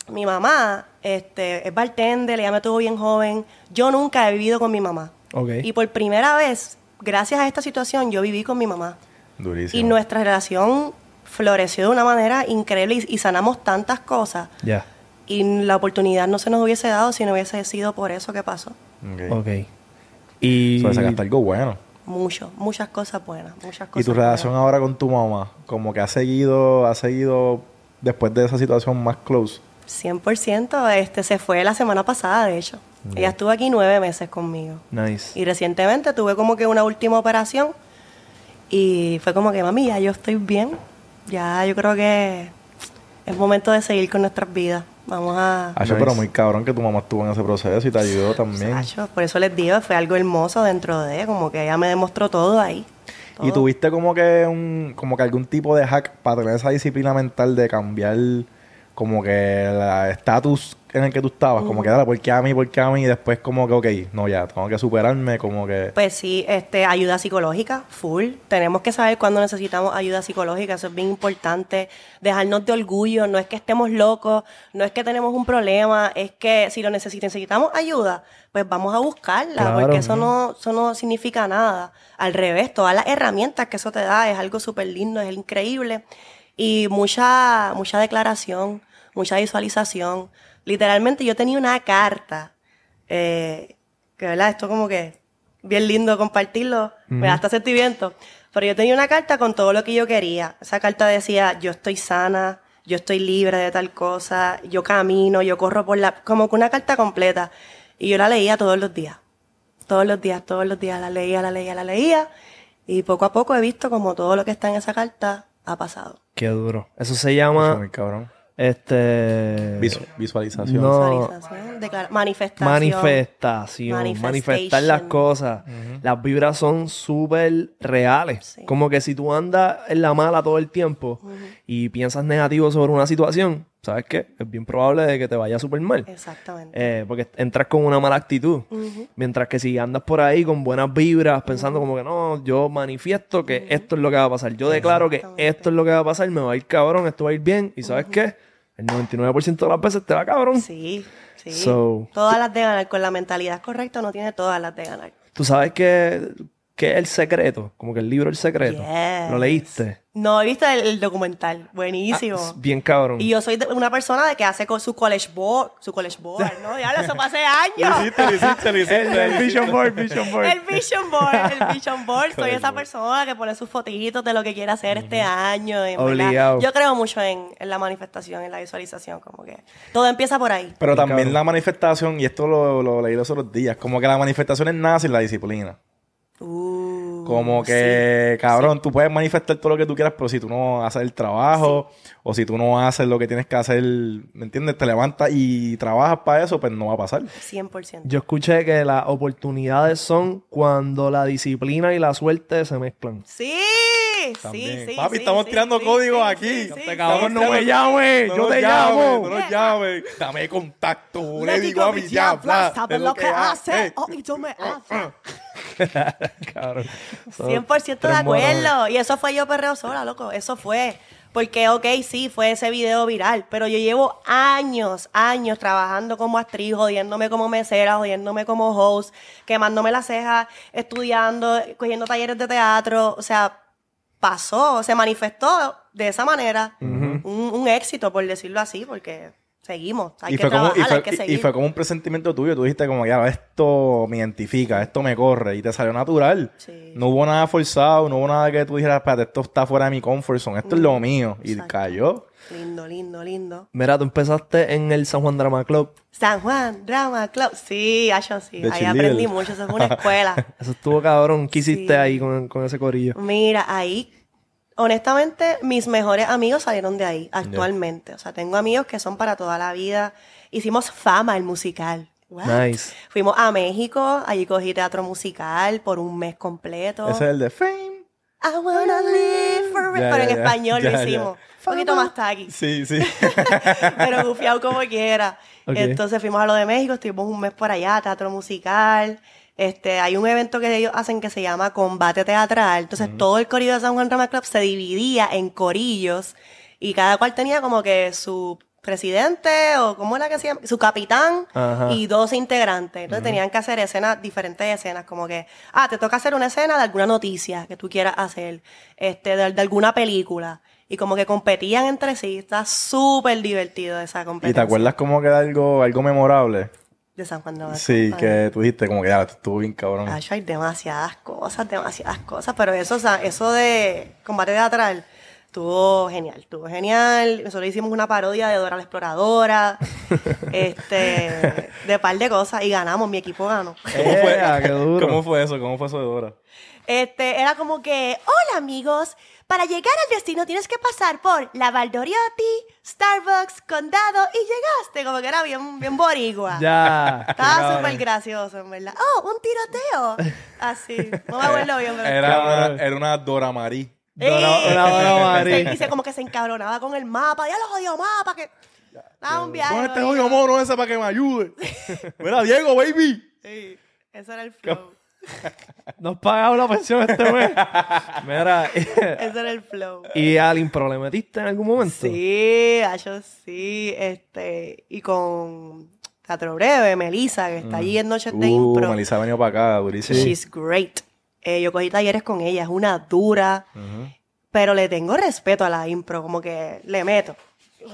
B: mi mamá este, es bartender, ella me tuvo bien joven. Yo nunca he vivido con mi mamá.
C: Ok.
B: Y por primera vez, gracias a esta situación, yo viví con mi mamá.
A: Durísimo.
B: Y nuestra relación floreció de una manera increíble y, y sanamos tantas cosas.
C: Ya.
B: Y la oportunidad no se nos hubiese dado si no hubiese sido por eso que pasó.
A: Ok.
C: Ok. Y.
A: Eso sacaste algo bueno.
B: Mucho, muchas cosas buenas, muchas
A: ¿Y
B: cosas
A: tu
B: buenas.
A: relación ahora con tu mamá? Como que ha seguido, ha seguido después de esa situación más close.
B: 100%, este, se fue la semana pasada, de hecho. Ella estuvo aquí nueve meses conmigo.
C: Nice.
B: Y recientemente tuve como que una última operación y fue como que, mami, ya yo estoy bien. Ya yo creo que es momento de seguir con nuestras vidas. Vamos a...
A: Hacho,
C: Nice.
A: pero muy cabrón que tu mamá estuvo en ese proceso y te ayudó también.
B: Sacho, por eso les digo, fue algo hermoso dentro de, como que ella me demostró todo ahí.
A: Y tuviste como que un, como que algún tipo de hack para tener esa disciplina mental de cambiar como que el estatus en el que tú estabas, como que dale, ¿por qué a mí? ¿Por qué a mí? Y después como que, ok, no, ya, tengo que superarme, como que...
B: Pues sí, este, ayuda psicológica, full. Tenemos que saber cuándo necesitamos ayuda psicológica, eso es bien importante. Dejarnos de orgullo, no es que estemos locos, no es que tenemos un problema, es que si lo necesitamos, necesitamos ayuda, pues vamos a buscarla,
C: Claro.
B: porque eso no, eso no significa nada. Al revés, todas las herramientas que eso te da es algo súper lindo, es increíble. Y mucha, mucha declaración, mucha visualización. Literalmente yo tenía una carta eh, que verdad, esto como que bien lindo compartirlo, me da hasta sentimiento. Pero yo tenía una carta con todo lo que yo quería. Esa carta decía, yo estoy sana, yo estoy libre de tal cosa, yo camino, yo corro por la... Como que una carta completa. Y yo la leía todos los días. Todos los días, todos los días la leía, la leía, la leía. Y poco a poco he visto como todo lo que está en esa carta ha pasado.
C: Qué duro. Eso se
A: Eso,
C: llama.
A: muy cabrón.
C: Este.
A: Visu- visualización.
C: No.
B: Visualización, declara- manifestación.
C: Manifestación.
B: Manifestation.
C: Manifestar las cosas. Las vibras son súper reales.
B: Sí.
C: Como que si tú andas en la mala todo el tiempo y piensas negativo sobre una situación, ¿sabes qué? Es bien probable de que te vaya súper mal.
B: Exactamente.
C: Eh, porque entras con una mala actitud. Mientras que si andas por ahí con buenas vibras, pensando como que no, yo manifiesto que esto es lo que va a pasar. Yo declaro que esto es lo que va a pasar, me va a ir cabrón, esto va a ir bien. ¿Y sabes qué? El 99% de las veces te va cabrón.
B: Sí, sí.
C: So-
B: todas las de ganar. Con la mentalidad correcta no tiene todas las de ganar.
C: ¿Tú sabes qué, qué es El Secreto? Como que el libro El Secreto.
B: Yes.
C: ¿Lo leíste?
B: No, he visto el, el documental.
C: Ah,
B: Buenísimo.
C: es bien cabrón.
B: y yo soy de- una persona de que hace con su college board, su college board, ¿no? Ya eso fue hace años.
A: el vision board, vision board.
B: El vision board, el vision board. Soy esa persona que pone sus fotitos de lo que quiere hacer este año. en verdad.
C: Obligado.
B: Yo creo mucho en, en la manifestación, en la visualización, como que todo empieza por ahí.
A: Pero también
C: cabrón.
A: la manifestación, y esto lo, lo leí los otros días, como que la manifestación es nada sin la disciplina.
B: Uh,
A: Como
B: sí.
A: que, cabrón, tú puedes manifestar todo lo que tú quieras, pero si tú no haces el trabajo o si tú no haces lo que tienes que hacer, ¿me entiendes? Te levantas y trabajas para eso, pues no va a pasar.
B: 100%.
C: Yo escuché que las oportunidades son cuando la disciplina y la suerte se mezclan.
B: Sí, sí,
A: También.
B: sí.
A: Papi,
B: sí,
A: estamos
B: sí,
A: tirando
B: sí,
A: códigos
B: sí,
A: aquí.
B: sí,
A: No
B: sí,
A: te
B: sí,
A: cabrón,
B: sí,
A: no me
B: sí.
A: llames,
C: yo te llamo.
A: No nos llames, dame contacto, le
B: Let it
A: digo a
B: go,
A: mi
B: mi diabla,
A: diabla.
B: sabe
A: es
B: lo que hace. Oh, y
A: Eh,
B: yo me hace. 100% de
A: eh.
B: acuerdo. Y eso fue yo perreo sola, loco. Eso fue. Porque, ok, sí, fue ese video viral, pero yo llevo años, años trabajando como actriz, jodiéndome como mesera, jodiéndome como host, quemándome las cejas, estudiando, cogiendo talleres de teatro. O sea, pasó, se manifestó de esa manera. un, un éxito, por decirlo así, porque seguimos. Hay
A: y,
B: que
A: fue como,
B: trabajar,
A: y, fue,
B: hay que
A: y- y
B: seguir.
A: fue como un presentimiento tuyo. Tú dijiste como, ya, esto me identifica, esto me corre. Y te salió natural.
B: Sí.
A: No hubo nada forzado, no hubo nada que tú dijeras, espérate, esto está fuera de mi comfort zone, esto es lo mío. Y
B: Mm, Exacto.
A: cayó.
B: Lindo, lindo, lindo.
C: Mira, tú empezaste en el San Juan Drama Club.
B: San Juan, Drama Club. Sí, yo sí.
A: De
B: Ahí
A: cheerleader.
B: aprendí mucho. Eso fue una escuela.
C: Eso estuvo cabrón. ¿Qué hiciste
B: Sí.
C: ahí con, con ese corillo?
B: Mira, ahí, honestamente, mis mejores amigos salieron de ahí actualmente. O sea, tengo amigos que son para toda la vida. Hicimos fama el musical. What?
C: Nice.
B: Fuimos a México, allí cogí teatro musical por un mes completo.
A: Ese es el de fame.
B: I wanna live forever.
A: Ya,
B: Pero en
A: ya, ya.
B: español
A: Ya,
B: lo
A: ya.
B: hicimos. Un poquito más taqui,
A: Sí, sí.
B: pero bufiado como quiera.
C: Ok.
B: Entonces fuimos a lo de México, estuvimos un mes por allá, teatro musical. Este, hay un evento que ellos hacen que se llama combate teatral. Entonces todo el corillo de San Juan Drama Club se dividía en corillos y cada cual tenía como que su presidente o cómo era que se llama, su capitán
C: Ajá.
B: y dos integrantes. Entonces tenían que hacer escenas, diferentes escenas, como que, ah, te toca hacer una escena de alguna noticia que tú quieras hacer, este, de, de alguna película. Y como que competían entre sí. Está súper divertido esa
A: ¿Y te
B: competencia.
A: acuerdas cómo queda algo, algo memorable?
B: De San Juan de Abaco.
A: Sí,
B: Ay.
A: que tú dijiste como que ya, esto estuvo bien cabrón.
B: Ay, hay demasiadas cosas, demasiadas cosas, pero eso, o sea, eso de combate teatral estuvo genial, estuvo genial. Nosotros hicimos una parodia de Dora la Exploradora, este, de par de cosas y ganamos, mi equipo ganó.
A: ¿Cómo fue?
C: Ea, qué duro.
A: ¿Cómo fue eso? ¿Cómo fue eso de Dora?
B: Este, era como que, hola amigos, para llegar al destino tienes que pasar por la Valdoriotti, Starbucks, Condado y llegaste, como que era bien, bien borigua.
C: Ya.
B: Estaba
C: Qué
B: súper gracioso, en verdad. ¡Oh, un tiroteo! Así. No me acuerdo bien, pero...
A: Era
C: Cabrón.
A: una, era una Dora Marí.
C: Dora-
B: ¡Eh!
C: Dora- Dora Mari.
B: Se- Y se como que se encabronaba con el mapa. Ya los jodió mapa, que... Daba un viaje.
A: Pon este
B: ¿no?
A: jodido mono ese para que me ayude. Mira, Diego, baby.
B: Sí, eso era el flow.
C: cabrón. Nos pagaron la pensión este mes. Mira,
B: Eso era el flow.
C: ¿y al impro le metiste en algún momento?
B: Sí, a yo sí. Este, y con Teatro Breve, Melissa, que está allí en Noches de
A: Uh,
B: Impro.
A: Melissa ha venido para acá, durísimo.
B: She's great. Eh, yo cogí talleres con ella, es una dura. Pero le tengo respeto a la impro, como que le meto.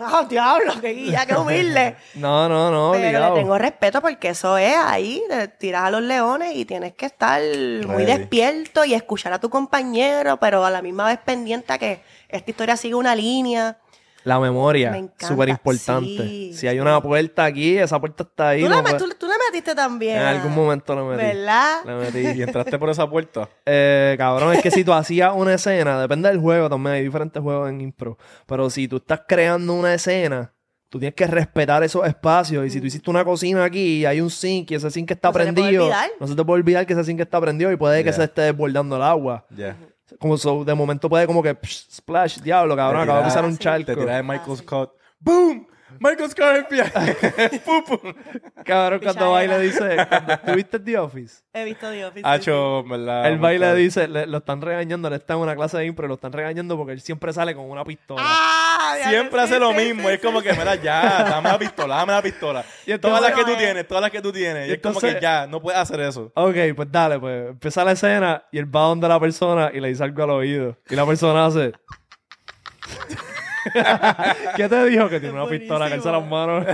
B: ¡Ah, diablo! ¡Qué guilla, qué humilde!
C: No, no, no,
B: Pero
C: obligado.
B: le tengo respeto porque eso es ahí, te tiras a los leones y tienes que estar muy
A: Ready.
B: despierto y escuchar a tu compañero, pero a la misma vez pendiente a que esta historia sigue una línea.
C: La
B: Me
C: memoria,
B: encanta,
C: súper importante.
B: sí.
C: si hay una puerta aquí, esa puerta está ahí.
B: Tú,
C: no
B: la, me-
C: puede-
B: tú, tú le metiste también.
C: pues, En
B: a-
C: algún momento la metí.
B: ¿Verdad?
C: La
A: Y
C: metí.
A: entraste por esa puerta.
C: Eh, cabrón, es que si tú hacías una escena, depende del juego también, hay diferentes juegos en impro, pero si tú estás creando una escena, tú tienes que respetar esos espacios y
A: Mm.
C: si tú hiciste una cocina aquí y hay un zinc y ese zinc está
B: No se le puede
C: prendido,
B: olvidar.
C: no se te puede olvidar que ese zinc está prendido y puede que
A: Ya.
C: se esté desbordando el agua.
A: Ya.
C: Como so- de momento puede como que psh, splash, diablo, cabrón,
A: Te
C: acabo de
A: tiras-
C: pisar un
A: Te
C: charco.
A: tiras de
B: Ah,
A: Michael Scott. ¡Boom! Michael Scott en pie. ¡Pum, pum!
C: Cabrón, cuando baile
B: Pichadera.
C: dice, cuando estuviste en The Office,
B: He visto The Office. sí, sí.
A: Hacho, en ¿verdad?
C: El baile
A: brutal.
C: dice, le- lo están regañando, le está en una clase de impro, y lo están regañando porque él siempre sale con una pistola.
B: Ah, diablo,
A: Siempre
B: sí,
A: hace lo
B: sí,
A: mismo.
B: sí,
A: es como
B: sí,
A: que,
B: sí.
A: mira, ya, dame la pistola, dame la pistola.
C: Y
A: todas las que
B: entonces-
A: tú tienes, todas las que tú tienes. Y,
C: Y
A: es como
C: entonces-
A: que ya, no puedes hacer eso.
C: Ok, pues dale, pues empieza la escena y él va donde la persona y le dice algo al oído. Y la persona hace... ¿Qué te dijo? Que tiene una
B: Buenísimo.
C: pistola, que alza las Ah, manos.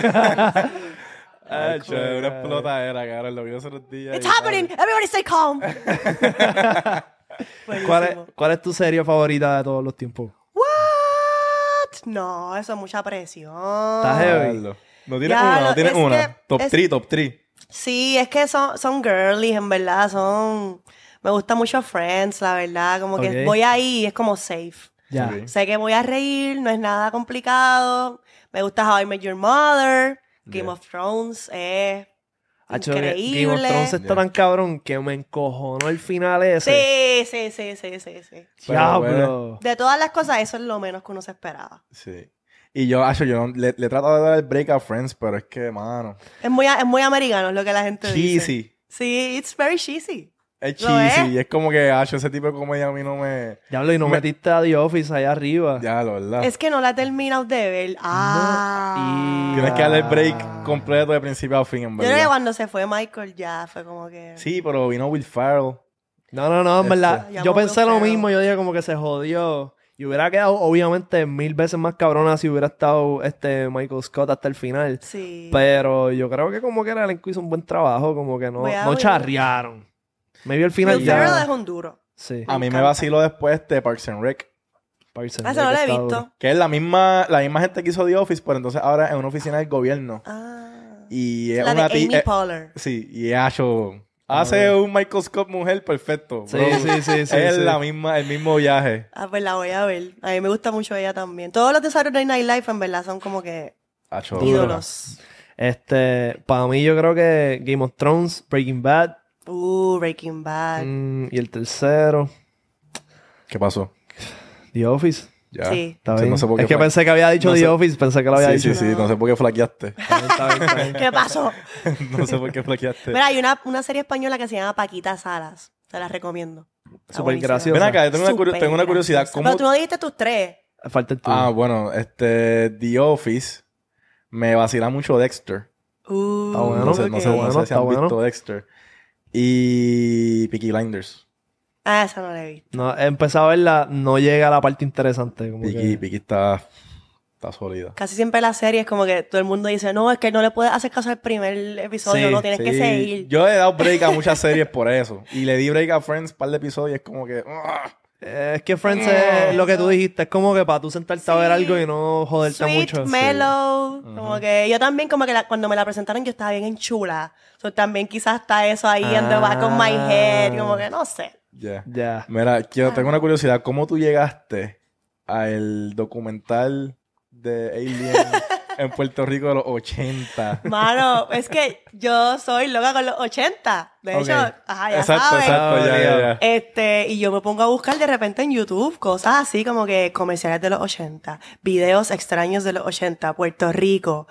A: Ay,
C: Hacho,
A: chévere, una
C: madre.
A: explotadera, cabrón. Lo vi hace unos días.
B: It's
A: y-
B: happening. Everybody stay calm.
C: ¿Cuál es,
B: Buenísimo.
C: ¿Cuál es tu serie favorita de todos los tiempos?
B: What? No, eso es mucha presión.
C: Está heavy.
A: Diablo. No tienes
B: Ya,
A: una,
B: lo-
A: no tienes
B: es
A: una.
B: que-
A: top
B: es-
A: 3, top 3.
B: Sí, es que son, son girlies, en verdad, son... Me gusta mucho Friends, la verdad, como que
C: Ok.
B: voy ahí y es como safe.
C: Ya.
A: Ok.
B: Sé que voy a reír, no es nada complicado. Me gusta How I Met Your Mother, Game
A: Yeah.
B: of Thrones, es
C: Hacho, que
B: increíble.
C: Ah, Game of Thrones está
A: Ya.
C: tan cabrón que me encojonó el final
B: Sí,
C: ese.
B: sí, sí, sí, sí, sí.
C: Diablo.
B: De todas las cosas, eso es lo menos que uno se esperaba.
A: Sí. Y yo, Acho, yo no- le, le he tratado de dar el break a Friends, pero es que, mano.
B: Es muy, es muy americano es lo que la gente dice.
A: Cheesy.
B: Sí, it's very cheesy.
A: Es
B: ¿Lo
A: cheesy.
B: es?
A: Y es como que, Acho, ese tipo de comedia a mí no me.
C: Diablo, y no metiste a The Office allá arriba.
A: Ya, la verdad.
B: Es que no la he terminado de ver. Ah.
C: Y-
A: Tienes que darle el break completo de principio a fin, en
B: Yo creo que
A: verdad.
B: cuando se fue Michael ya fue como que...
A: Sí, pero vino Will Ferrell.
C: No, no, no, en
A: Este.
C: verdad.
B: Llamo
C: Yo
B: a
C: pensé lo
B: Wilfredo.
C: mismo, yo dije como que se jodió. Y hubiera quedado, obviamente, mil veces más cabrona si hubiera estado este Michael Scott hasta el final.
B: Sí.
C: Pero yo creo que como que el elenco hizo un buen trabajo, como que no,
B: Voy a
C: no
B: ver.
C: charrearon. Me vio el final
B: Will Ferrell es
C: ya.
B: un duro.
C: Sí.
A: A mí me
B: encanta.
A: vaciló después de Parks and Rec.
C: Parks and
B: Ah, eso no
C: Rec
B: lo he
C: está
B: visto.
C: duro.
A: Que es la misma, la misma gente que hizo The Office, pero entonces ahora en una oficina del gobierno.
B: Ah.
A: Y es
B: La de
A: una ti-
B: Amy
A: eh,
B: Poehler.
A: Sí, y Acho. Hace un Michael Scott mujer perfecto.
C: Sí,
A: bro.
C: sí, sí, sí,
A: Es
C: sí.
A: la misma, el mismo viaje.
B: Ah, pues la voy a ver. A mí me gusta mucho ella también. Todos los de Saturday Night Live, en verdad, son como que
A: Acho.
C: Duro.
B: ídolos.
C: Este, para mí yo creo que Game of Thrones, Breaking Bad
B: Uh, Breaking Bad.
C: mm, y el tercero,
A: ¿Qué pasó?
C: The Office.
A: Ya.
B: Sí.
C: Está
A: Sí,
C: bien.
A: no sé por qué
C: es que
A: fue-
C: pensé que había dicho
A: no
C: The
A: sé-
C: Office, pensé que lo había
A: sí,
C: dicho.
A: sí, sí, no sé por qué flaqueaste.
C: Está bien, está bien.
B: ¿Qué pasó?
A: no sé por qué flaqueaste.
B: Mira, hay una, una serie española que se llama Paquita Salas. Te la recomiendo. Está
C: Súper
B: buenísima.
C: graciosa.
A: Ven acá, yo tengo una, curio-
B: Súper
A: tengo una curiosidad.
B: graciosa.
A: ¿Cómo...
B: Pero tú no dijiste tus tres.
C: Falta el tuyo.
A: Ah, bueno, este, The Office me vacila mucho Dexter.
B: Uh,
C: Está bueno,
A: Ah, no sé, no
B: ok.
A: sé, no
C: bueno,
A: sé si
C: está
A: han
C: bueno.
A: visto Dexter. Y Peaky Blinders.
B: Ah, esa no la he visto.
C: No, he empezado a verla, no llega a la parte interesante. Como
A: Peaky,
C: que...
A: Peaky está, está sólida.
B: Casi siempre las series como que todo el mundo dice, no, es que no le puedes hacer caso al primer episodio,
C: Sí,
B: no tienes que
A: Sí,
B: seguir.
A: Yo he dado break a muchas series por eso. Y le di break a Friends un par de episodios y es como que... ¡ah!
C: Eh, Es que Friends es lo que tú dijiste, es como que para tú sentarte a ver
B: Sí.
C: algo y no joderte
B: Sweet,
C: mucho.
B: mellow, como que yo también como que la- cuando me la presentaron yo estaba bien en chula. So, también quizás está eso ahí en the back of my
C: Ah.
B: head, como que no sé.
A: Yeah.
C: Ya.
A: Mira,
B: Ah.
A: quiero- tengo una curiosidad. ¿Cómo tú llegaste al documental de Alien en Puerto Rico de los 80?
B: Mano, es que yo soy loca con los 80. De hecho,
C: Ok.
B: ajá, ya
A: exacto,
B: saben.
A: exacto, ya, ya, ya.
B: Este, y yo me pongo a buscar de repente en YouTube cosas así como que comerciales de los 80, videos extraños de los 80, Puerto Rico.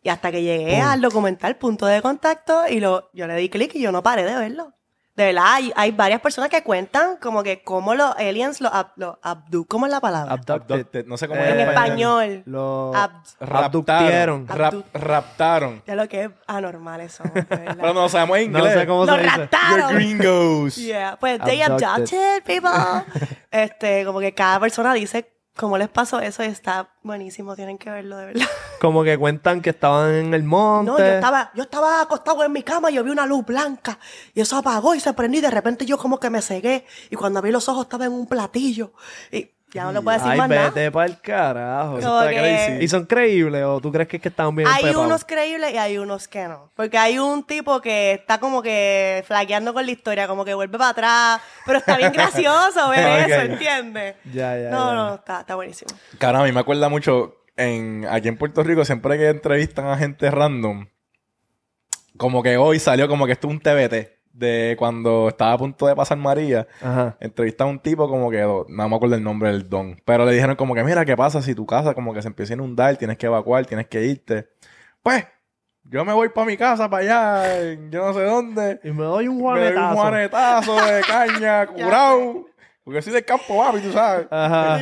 B: Y hasta que llegué al documental Punto de Contacto y lo, yo le di clic y yo no paré de verlo. De verdad, hay, hay varias personas que cuentan como que cómo los aliens los, ab- los abdu... ¿Cómo es la palabra?
A: Abducted, No sé cómo
C: Eh,
A: es
B: en español.
C: Lo
B: Ab-
A: Raptaron.
C: abductieron.
A: Rap-
B: Abdu-
A: raptaron.
B: Ya lo que es anormal eso. de verdad.
A: Pero no sabemos inglés.
C: No sé cómo
B: Los
C: se dice.
A: You're
B: raptaron.
A: gringos.
B: Yeah, pues they
C: Abducted.
B: abducted people. este, como que cada persona dice cómo les pasó eso y está buenísimo, tienen que verlo de verdad.
C: Como que cuentan que estaban en el monte.
B: No, yo estaba, yo estaba acostado en mi cama y yo vi una luz blanca y eso apagó y se prendió y de repente yo como que me cegué y cuando abrí los ojos estaba en un platillo y ya no le puedo decir
C: Ay,
B: más nada.
C: vete para el carajo.
B: Como
A: está
B: que-
A: crazy.
C: ¿Y son creíbles o tú crees que, es que estaban bien
B: Hay
C: pepados?
B: unos creíbles y hay unos que no. Porque hay un tipo que está como que flaqueando con la historia, como que vuelve para atrás, pero está bien gracioso ver
A: Ok.
B: eso, ¿entiendes?
C: Ya, ya,
B: No,
C: ya.
B: no, está, está buenísimo.
A: Cara, a mí me acuerda mucho en, aquí en Puerto Rico, siempre que entrevistan a gente random, como que hoy salió como que esto es un TBT de cuando estaba a punto de pasar María.
C: Ajá.
A: Entrevistan a un tipo como que, do- no me acuerdo el nombre del don, pero le dijeron como que, mira, ¿qué pasa si tu casa como que se empieza a inundar, tienes que evacuar, tienes que irte? Pues, yo me voy para mi casa, para allá, en yo no sé dónde.
C: Y me doy un
A: Me doy un
C: juanetazo.
A: juanetazo de caña, curado. Porque soy del campo, papi, tú sabes.
C: Ajá.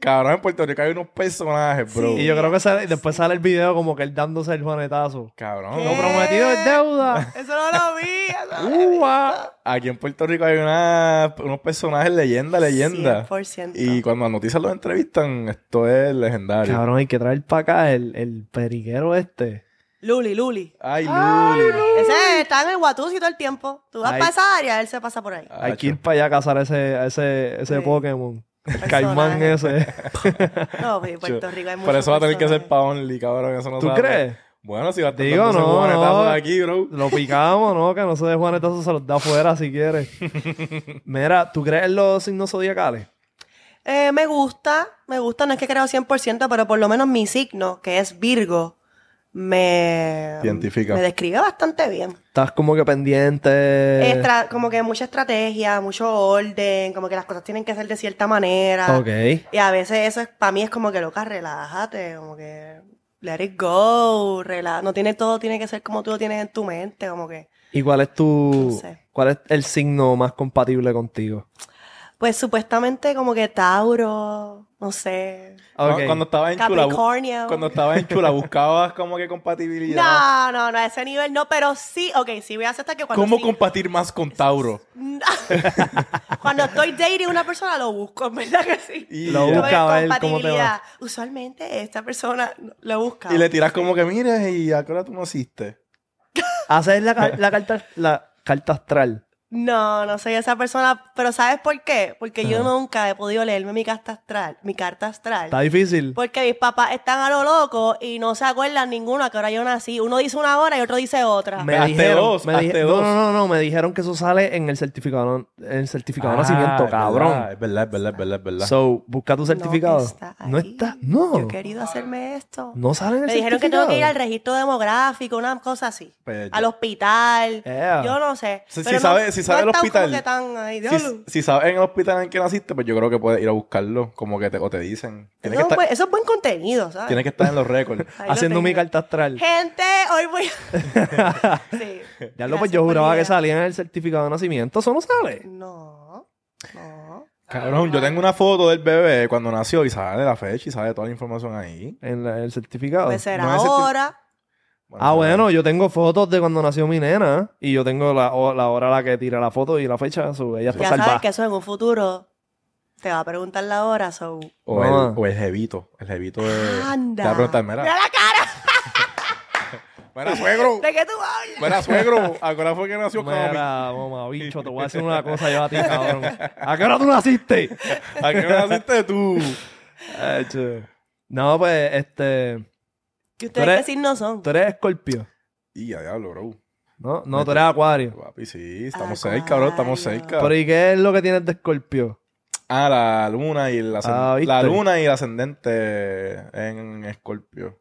A: Cabrón, en Puerto Rico hay unos personajes, bro.
B: Sí.
C: Y yo creo que sale- después sale el video como que él dándose el juanetazo.
A: Cabrón.
B: ¿Qué?
C: Lo prometido es deuda.
B: Eso no lo vi. Eso no lo vi.
C: Ua.
A: Aquí en Puerto Rico hay una- unos personajes leyenda, leyenda.
B: 100%.
A: Y cuando las noticias los entrevistan, esto es legendario.
C: Cabrón, hay que traer para acá el, el periquero este.
B: Luli, Luli.
A: Ay, Luli.
B: Ese está en el Watusi todo el tiempo. Tú vas
C: Ay.
B: para esa área, él se pasa por ahí.
C: Hay que ir para allá a cazar ese, a ese, ese
B: Sí.
C: Pokémon. El
B: Personaje.
C: caimán ese.
B: No, pues, en Puerto
A: Yo-
B: Rico hay muchos
A: Por eso va a tener que ser
B: personajes.
A: pa' Only, cabrón. Eso no
C: ¿Tú
A: sabe.
C: crees?
A: Bueno, si va a estar
C: Digo,
A: dándose
C: no,
A: juanetazos
C: no.
A: aquí, bro.
C: Lo picamos, ¿no? Que no se dé Juanetazo, se los da afuera si quiere. Mira, ¿tú crees en los signos zodiacales?
B: Eh, me gusta, me gusta, no es que creo 100%, pero por lo menos mi signo, que es Virgo, me,
A: Identifica.
B: me describe bastante bien.
C: Estás como que
A: Eh.
C: pendiente.
B: Estra- como que mucha estrategia, mucho orden, como que las cosas tienen que ser de cierta manera.
C: Ok.
B: Y a veces eso es, para mí es como que loca, relájate, como que let it go, rela no tiene todo, tiene que ser como tú lo tienes en tu mente, como que
C: ¿Y cuál es tu.
B: No sé.
C: ¿Cuál es el signo más compatible contigo?
B: Pues supuestamente como que Tauro, no sé.
C: Ok.
A: Cu- Cuando estaba en Chula, bu-
B: Capricornio.
A: cuando estaba en Chula buscabas como que compatibilidad.
B: No, no, no, a ese nivel no, pero sí, ok, sí voy a aceptar que cuando
A: ¿Cómo
B: sí-
A: compartir más con Tauro?
B: Cuando estoy dating a una persona lo busco, en verdad que sí.
A: Y ya.
C: Lo
B: Lo de
C: busca a ver cómo te va.
B: compatibilidad. Usualmente esta persona lo busca.
A: Y le tiras como que, mira, y a qué hora tú no hiciste.
C: Haces la, ca- la carta, la carta astral.
B: No, no soy esa persona, pero ¿sabes por qué? Porque yo nunca he podido leerme mi carta astral, mi carta astral.
C: Está difícil.
B: Porque mis papás están a lo loco y no se acuerdan ninguno a qué hora yo nací. Uno dice una hora y otro dice otra.
C: Me
A: Hazte
C: dijeron,
A: dos,
C: me di-
A: hazte
C: no,
A: dos.
C: no, no, no, me dijeron que eso sale en el certificado, en el certificado de
A: Ah,
C: nacimiento,
A: es
C: cabrón.
A: verdad, Es verdad, es verdad, es verdad, es verdad.
C: So, busca tu certificado.
B: No está.
C: No
B: ahí.
C: está, no.
B: Yo he querido hacerme esto.
C: No sale en el
B: Me dijeron que
C: certificado.
B: tengo que ir al registro demográfico, una cosa así.
A: Pues ya.
B: al hospital.
C: Yeah.
B: Yo no sé.
A: Si- si
B: Pero no-
A: sabe- si
B: no
A: sabe el
B: están como
A: hospital.
B: que tan ahí, diablo.
A: si, si sabes en el hospital en que naciste, pues yo creo que puedes ir a buscarlo, como que te, o te dicen. Tienes que,
B: eso, es
A: estar,
B: buen- eso es buen contenido, ¿sabes?
A: tienes que estar en los récords.
B: Ahí lo
C: Haciendo mi
B: tengo.
C: carta astral.
B: Gente, hoy voy Sí.
C: Ya lo
B: Gracias
C: pues yo
B: por
C: juraba que
B: llegar.
C: salía en el certificado de nacimiento. Eso no sale.
B: No. No.
A: Cabrón, yo tengo una foto del bebé cuando nació y sale la fecha y sale toda la información ahí.
C: En la- el certificado.
B: Puede ser
A: no es el
B: Pues ahora.
C: Ah, bueno, yo tengo fotos de cuando nació mi nena y yo tengo la, o- la hora a la que tira la foto y la fecha. so, ella está
B: Ya
C: salvada.
B: sabes que eso en un futuro te va a preguntar la hora, so.
A: O, el,
C: Mamá.
A: o el jevito. El jevito de.
B: Anda.
A: Eh, Te va a preguntar,
B: Mira
A: mira.
B: la cara.
A: Mira, suegro.
B: ¿De qué tú hablas?
A: Mira, suegro. Ahora fue que nació Cami.
C: Mira, mamá, bicho, te voy a decir una cosa yo a ti, cabrón. ¿A qué hora tú naciste?
A: ¿A qué hora naciste tú?
C: No, pues, este...
B: Que
C: Tú
B: ustedes
C: eres-
B: que sí no son.
C: Tú eres escorpio,
A: Y a diablo, bro.
C: ¿no? No, tú eres acuario.
A: Papi, sí, estamos cerca, bro. Estamos
B: Acuario.
A: cerca.
C: Pero ¿y qué es lo que tienes de escorpio?
A: Ah, la luna y el
C: Ah,
A: ascendente.
C: ¿viste?
A: la luna y el ascendente en Escorpio.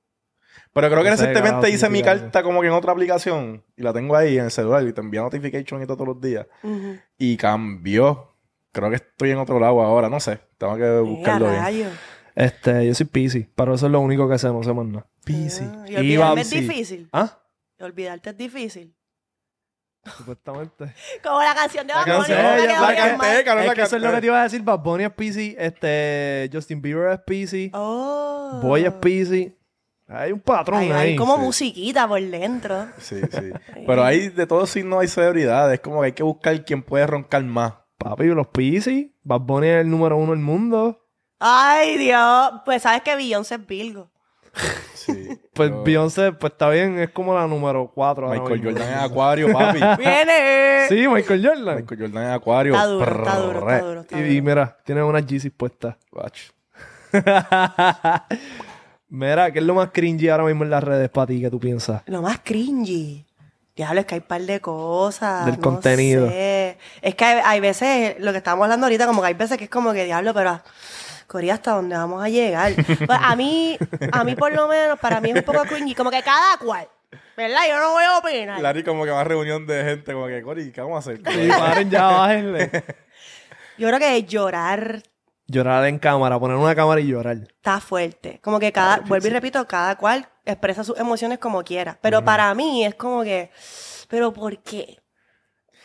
A: Pero creo que
C: No sé,
A: recientemente
C: carajo,
A: hice mi
C: significa
A: carta como que en otra aplicación y la tengo ahí en el celular y te envía notification y todo todos los días.
B: Ujú.
A: Y cambió. Creo que estoy en otro lado ahora, no sé. Tengo que buscarlo
B: Mira,
A: bien.
B: rayo.
C: Este, yo soy Pisces, pero eso es lo único que sé, no sé más nada.
B: Ah, y
C: Y
B: olvidarme es
C: Bamsi.
B: difícil.
C: ¿Ah?
B: Y olvidarte es difícil.
C: Supuestamente.
B: Como la canción de Bad
A: canción,
B: Bunny, nunca
A: ella-
B: quedó
A: la
B: bien
A: canté,
B: mal.
A: cabrón, la
C: es que eso es lo
A: canté.
C: que te iba a decir. Bad Bunny es Pisces, este, Justin Bieber es Pisces,
B: Oh.
C: Boy es Pisces. Hay un patrón
B: Hay,
C: ahí.
B: hay como
A: sí.
B: musiquita por dentro.
A: Sí, sí. Pero hay de todos signos hay celebridades. Como que hay que buscar quién puede roncar más.
C: Papi, los Pisces. Bad Bunny es el número uno del mundo.
B: Ay, Dios. Pues sabes que Beyoncé es Virgo.
A: Sí.
C: Pues
A: Yo-
C: Beyoncé, pues está bien, es como la número cuatro. ahora
A: Michael
C: mismo.
A: Jordan es acuario, papi.
B: ¡Viene!
C: Sí, Michael Jordan.
A: Michael Jordan es acuario.
B: Está duro, está duro, está
A: Prrre.
B: duro. Está
C: Y, y
B: duro.
C: mira, tiene unas Yeezys puestas.
A: Guacho.
C: mira, ¿qué es lo más cringy ahora mismo en las redes para ti que tú piensas?
B: Lo más cringy. Diablo, es que hay un par de cosas.
C: Del
B: no
C: contenido.
B: sé. Es que hay, hay veces, lo que estábamos hablando ahorita, como que hay veces que es como que, diablo, pero ah, Corea, ¿hasta dónde vamos a llegar? Pues, a mí, a mí por lo menos, para mí es un poco cringy. Como que cada cual. ¿Verdad? Yo no voy a opinar.
A: Larry como que va a reunión de gente como que, Cori, ¿qué vamos a hacer?
C: Sí, paren ya, bájenle.
B: Yo creo que llorar
C: Llorar en cámara, poner una cámara y llorar.
B: está fuerte. Como que cada, vuelvo y repito, cada cual expresa sus emociones como quiera. Pero para mí es como que, ¿pero por qué?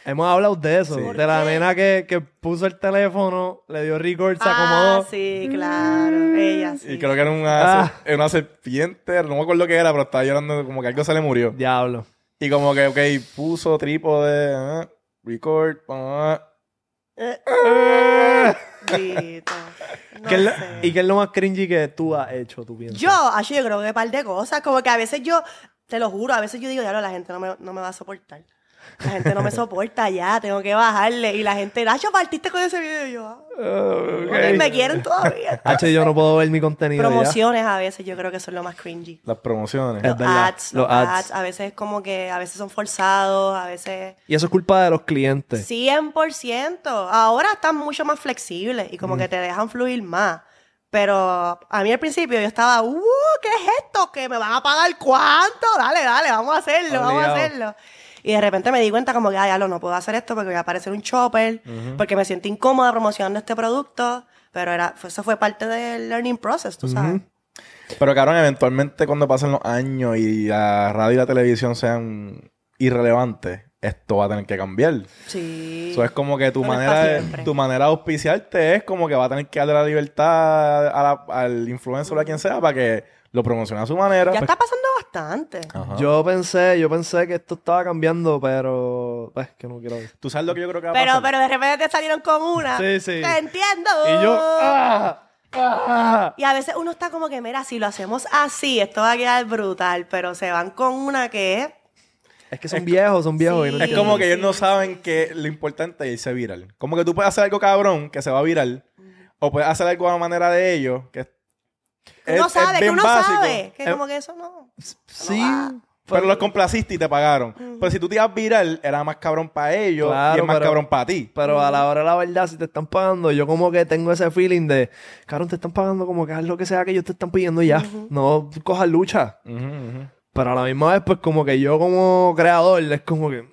C: Hemos hablado de eso,
A: Sí.
C: de la
B: ¿Por qué?
C: nena que, que puso el teléfono, le dio record, se
B: Ah,
C: acomodó.
B: sí, claro. Ella sí.
A: Y creo que era una,
C: Ah.
A: era una serpiente, no me acuerdo qué era, pero estaba llorando como que algo se le murió.
C: Diablo.
A: Y como que, ok, puso trípode, ah, record, ah.
B: Eh, Dito, no
C: ¿Qué es lo-
B: sé.
C: ¿Y qué es lo más cringy que tú has hecho, tú piensas?
B: Yo, acho, yo creo que un par de cosas. Como que a veces yo, te lo juro, a veces yo digo, ya la gente no me, no me va a soportar. La gente no me soporta ya, tengo que bajarle. Y la gente, Nacho, partiste con ese video. Y yo, ah,
C: Ah, ok.
B: ok, me quieren todavía.
C: H, yo no puedo ver mi contenido ya.
B: Promociones a veces yo creo que son lo más cringy.
A: las promociones.
C: Es
B: Los
C: verdad,
B: ads,
C: los
B: los
C: ads.
B: ads. a veces como que, a veces son forzados, a veces...
C: Y eso es culpa de los clientes.
B: 100%. Ahora están mucho más flexibles y como
C: Mm.
B: que te dejan fluir más. Pero a mí al principio yo estaba, ¡uh! ¿Qué es esto? ¿Que me van a pagar cuánto? Dale, dale, vamos a hacerlo, vamos a
C: Obligado.
B: hacerlo. Y de repente me di cuenta como que, ay, lo no puedo hacer esto porque voy a parecer un chopper, porque me siento incómoda promocionando este producto. Pero era, fue- eso fue parte del learning process, tú sabes.
A: Pero cabrón, eventualmente cuando pasen los años y la radio y la televisión sean irrelevantes, esto va a tener que cambiar.
B: Sí.
A: Eso es como que tu
B: No es pa'
A: manera, de,
B: siempre.
A: tu manera de auspiciarte es como que va a tener que darle la libertad a la- al influencer o a quien sea para que lo promocione a su manera. pues,
B: Ya está pasando bastante.
A: Ajá.
C: Yo pensé, yo pensé que esto estaba cambiando, pero es que no quiero decir.
A: Tú sabes lo que yo creo que va a
B: Pero,
A: pasar.
B: pero de repente te salieron con una.
C: Sí, sí.
B: Te entiendo.
C: Y yo, ¡ah! ¡Ah!
B: Y a veces uno está como que, mira, si lo hacemos así, esto va a quedar brutal, pero se van con una que es.
C: Es que son viejos, son viejos.
B: Sí.
C: y no
A: Es como
C: entienden.
A: que ellos no saben que lo importante es irse viral. Como que tú puedes hacer algo cabrón que se va a viral. O puedes hacer algo a la manera de ellos. Que es-
B: que
A: es-
B: Uno
A: es
B: sabe, que
A: bien
B: uno
A: básico.
B: sabe. Que
A: Es-
B: como que eso no.
C: Sí.
B: Ah.
A: Pero los complaciste y te pagaron. Pero si tú te ibas viral, era más cabrón para ellos y
C: Claro,
A: es más
C: pero-
A: cabrón para ti.
C: Pero a la hora de la verdad, si te están pagando, yo como que tengo ese feeling de, cabrón, te están pagando como que haz lo que sea que ellos te están pidiendo y ya. No cojas lucha.
A: Ujú, ujú.
C: Pero a la misma vez, pues como que yo como creador, es como que...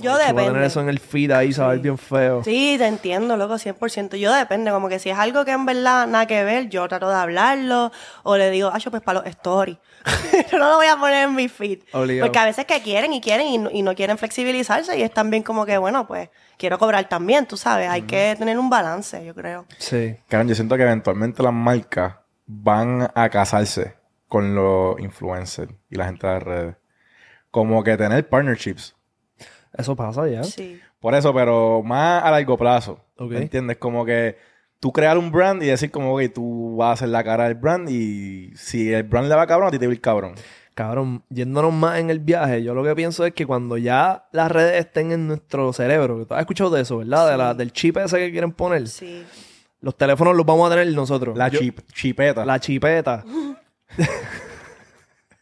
B: Yo
C: "Chacho, voy a tener
B: depende.
C: eso en el feed ahí, saber bien feo.
B: Sí, te entiendo, loco, 100%. Yo depende, como que si es algo que en verdad nada que ver, yo trato de hablarlo o le digo, ah, yo pues para los stories. yo no lo voy a poner en mi feed.
C: Obligado.
B: Porque a veces que quieren y quieren y no, y no quieren flexibilizarse y es también como que, bueno, pues quiero cobrar también, tú sabes, hay que tener un balance, yo creo.
C: Sí.
A: Cabrón, yo siento que eventualmente las marcas van a casarse con los influencers y la gente de las redes. Como que tener partnerships.
C: Eso pasa ya.
B: Sí.
A: Por eso, pero más a largo plazo.
C: Ok.
A: ¿Me ¿Entiendes? Como que tú crear un brand y decir como que tú vas a ser la cara del brand y si el brand le va cabrón, a ti te va a ir cabrón.
C: Cabrón, yéndonos más en el viaje, yo lo que pienso es que cuando ya las redes estén en nuestro cerebro, que tú has escuchado de eso, ¿verdad? De la, del chip ese que quieren poner.
B: Sí.
C: Los teléfonos los vamos a tener nosotros.
A: La
C: Yo-
A: chip- chipeta.
C: La chipeta.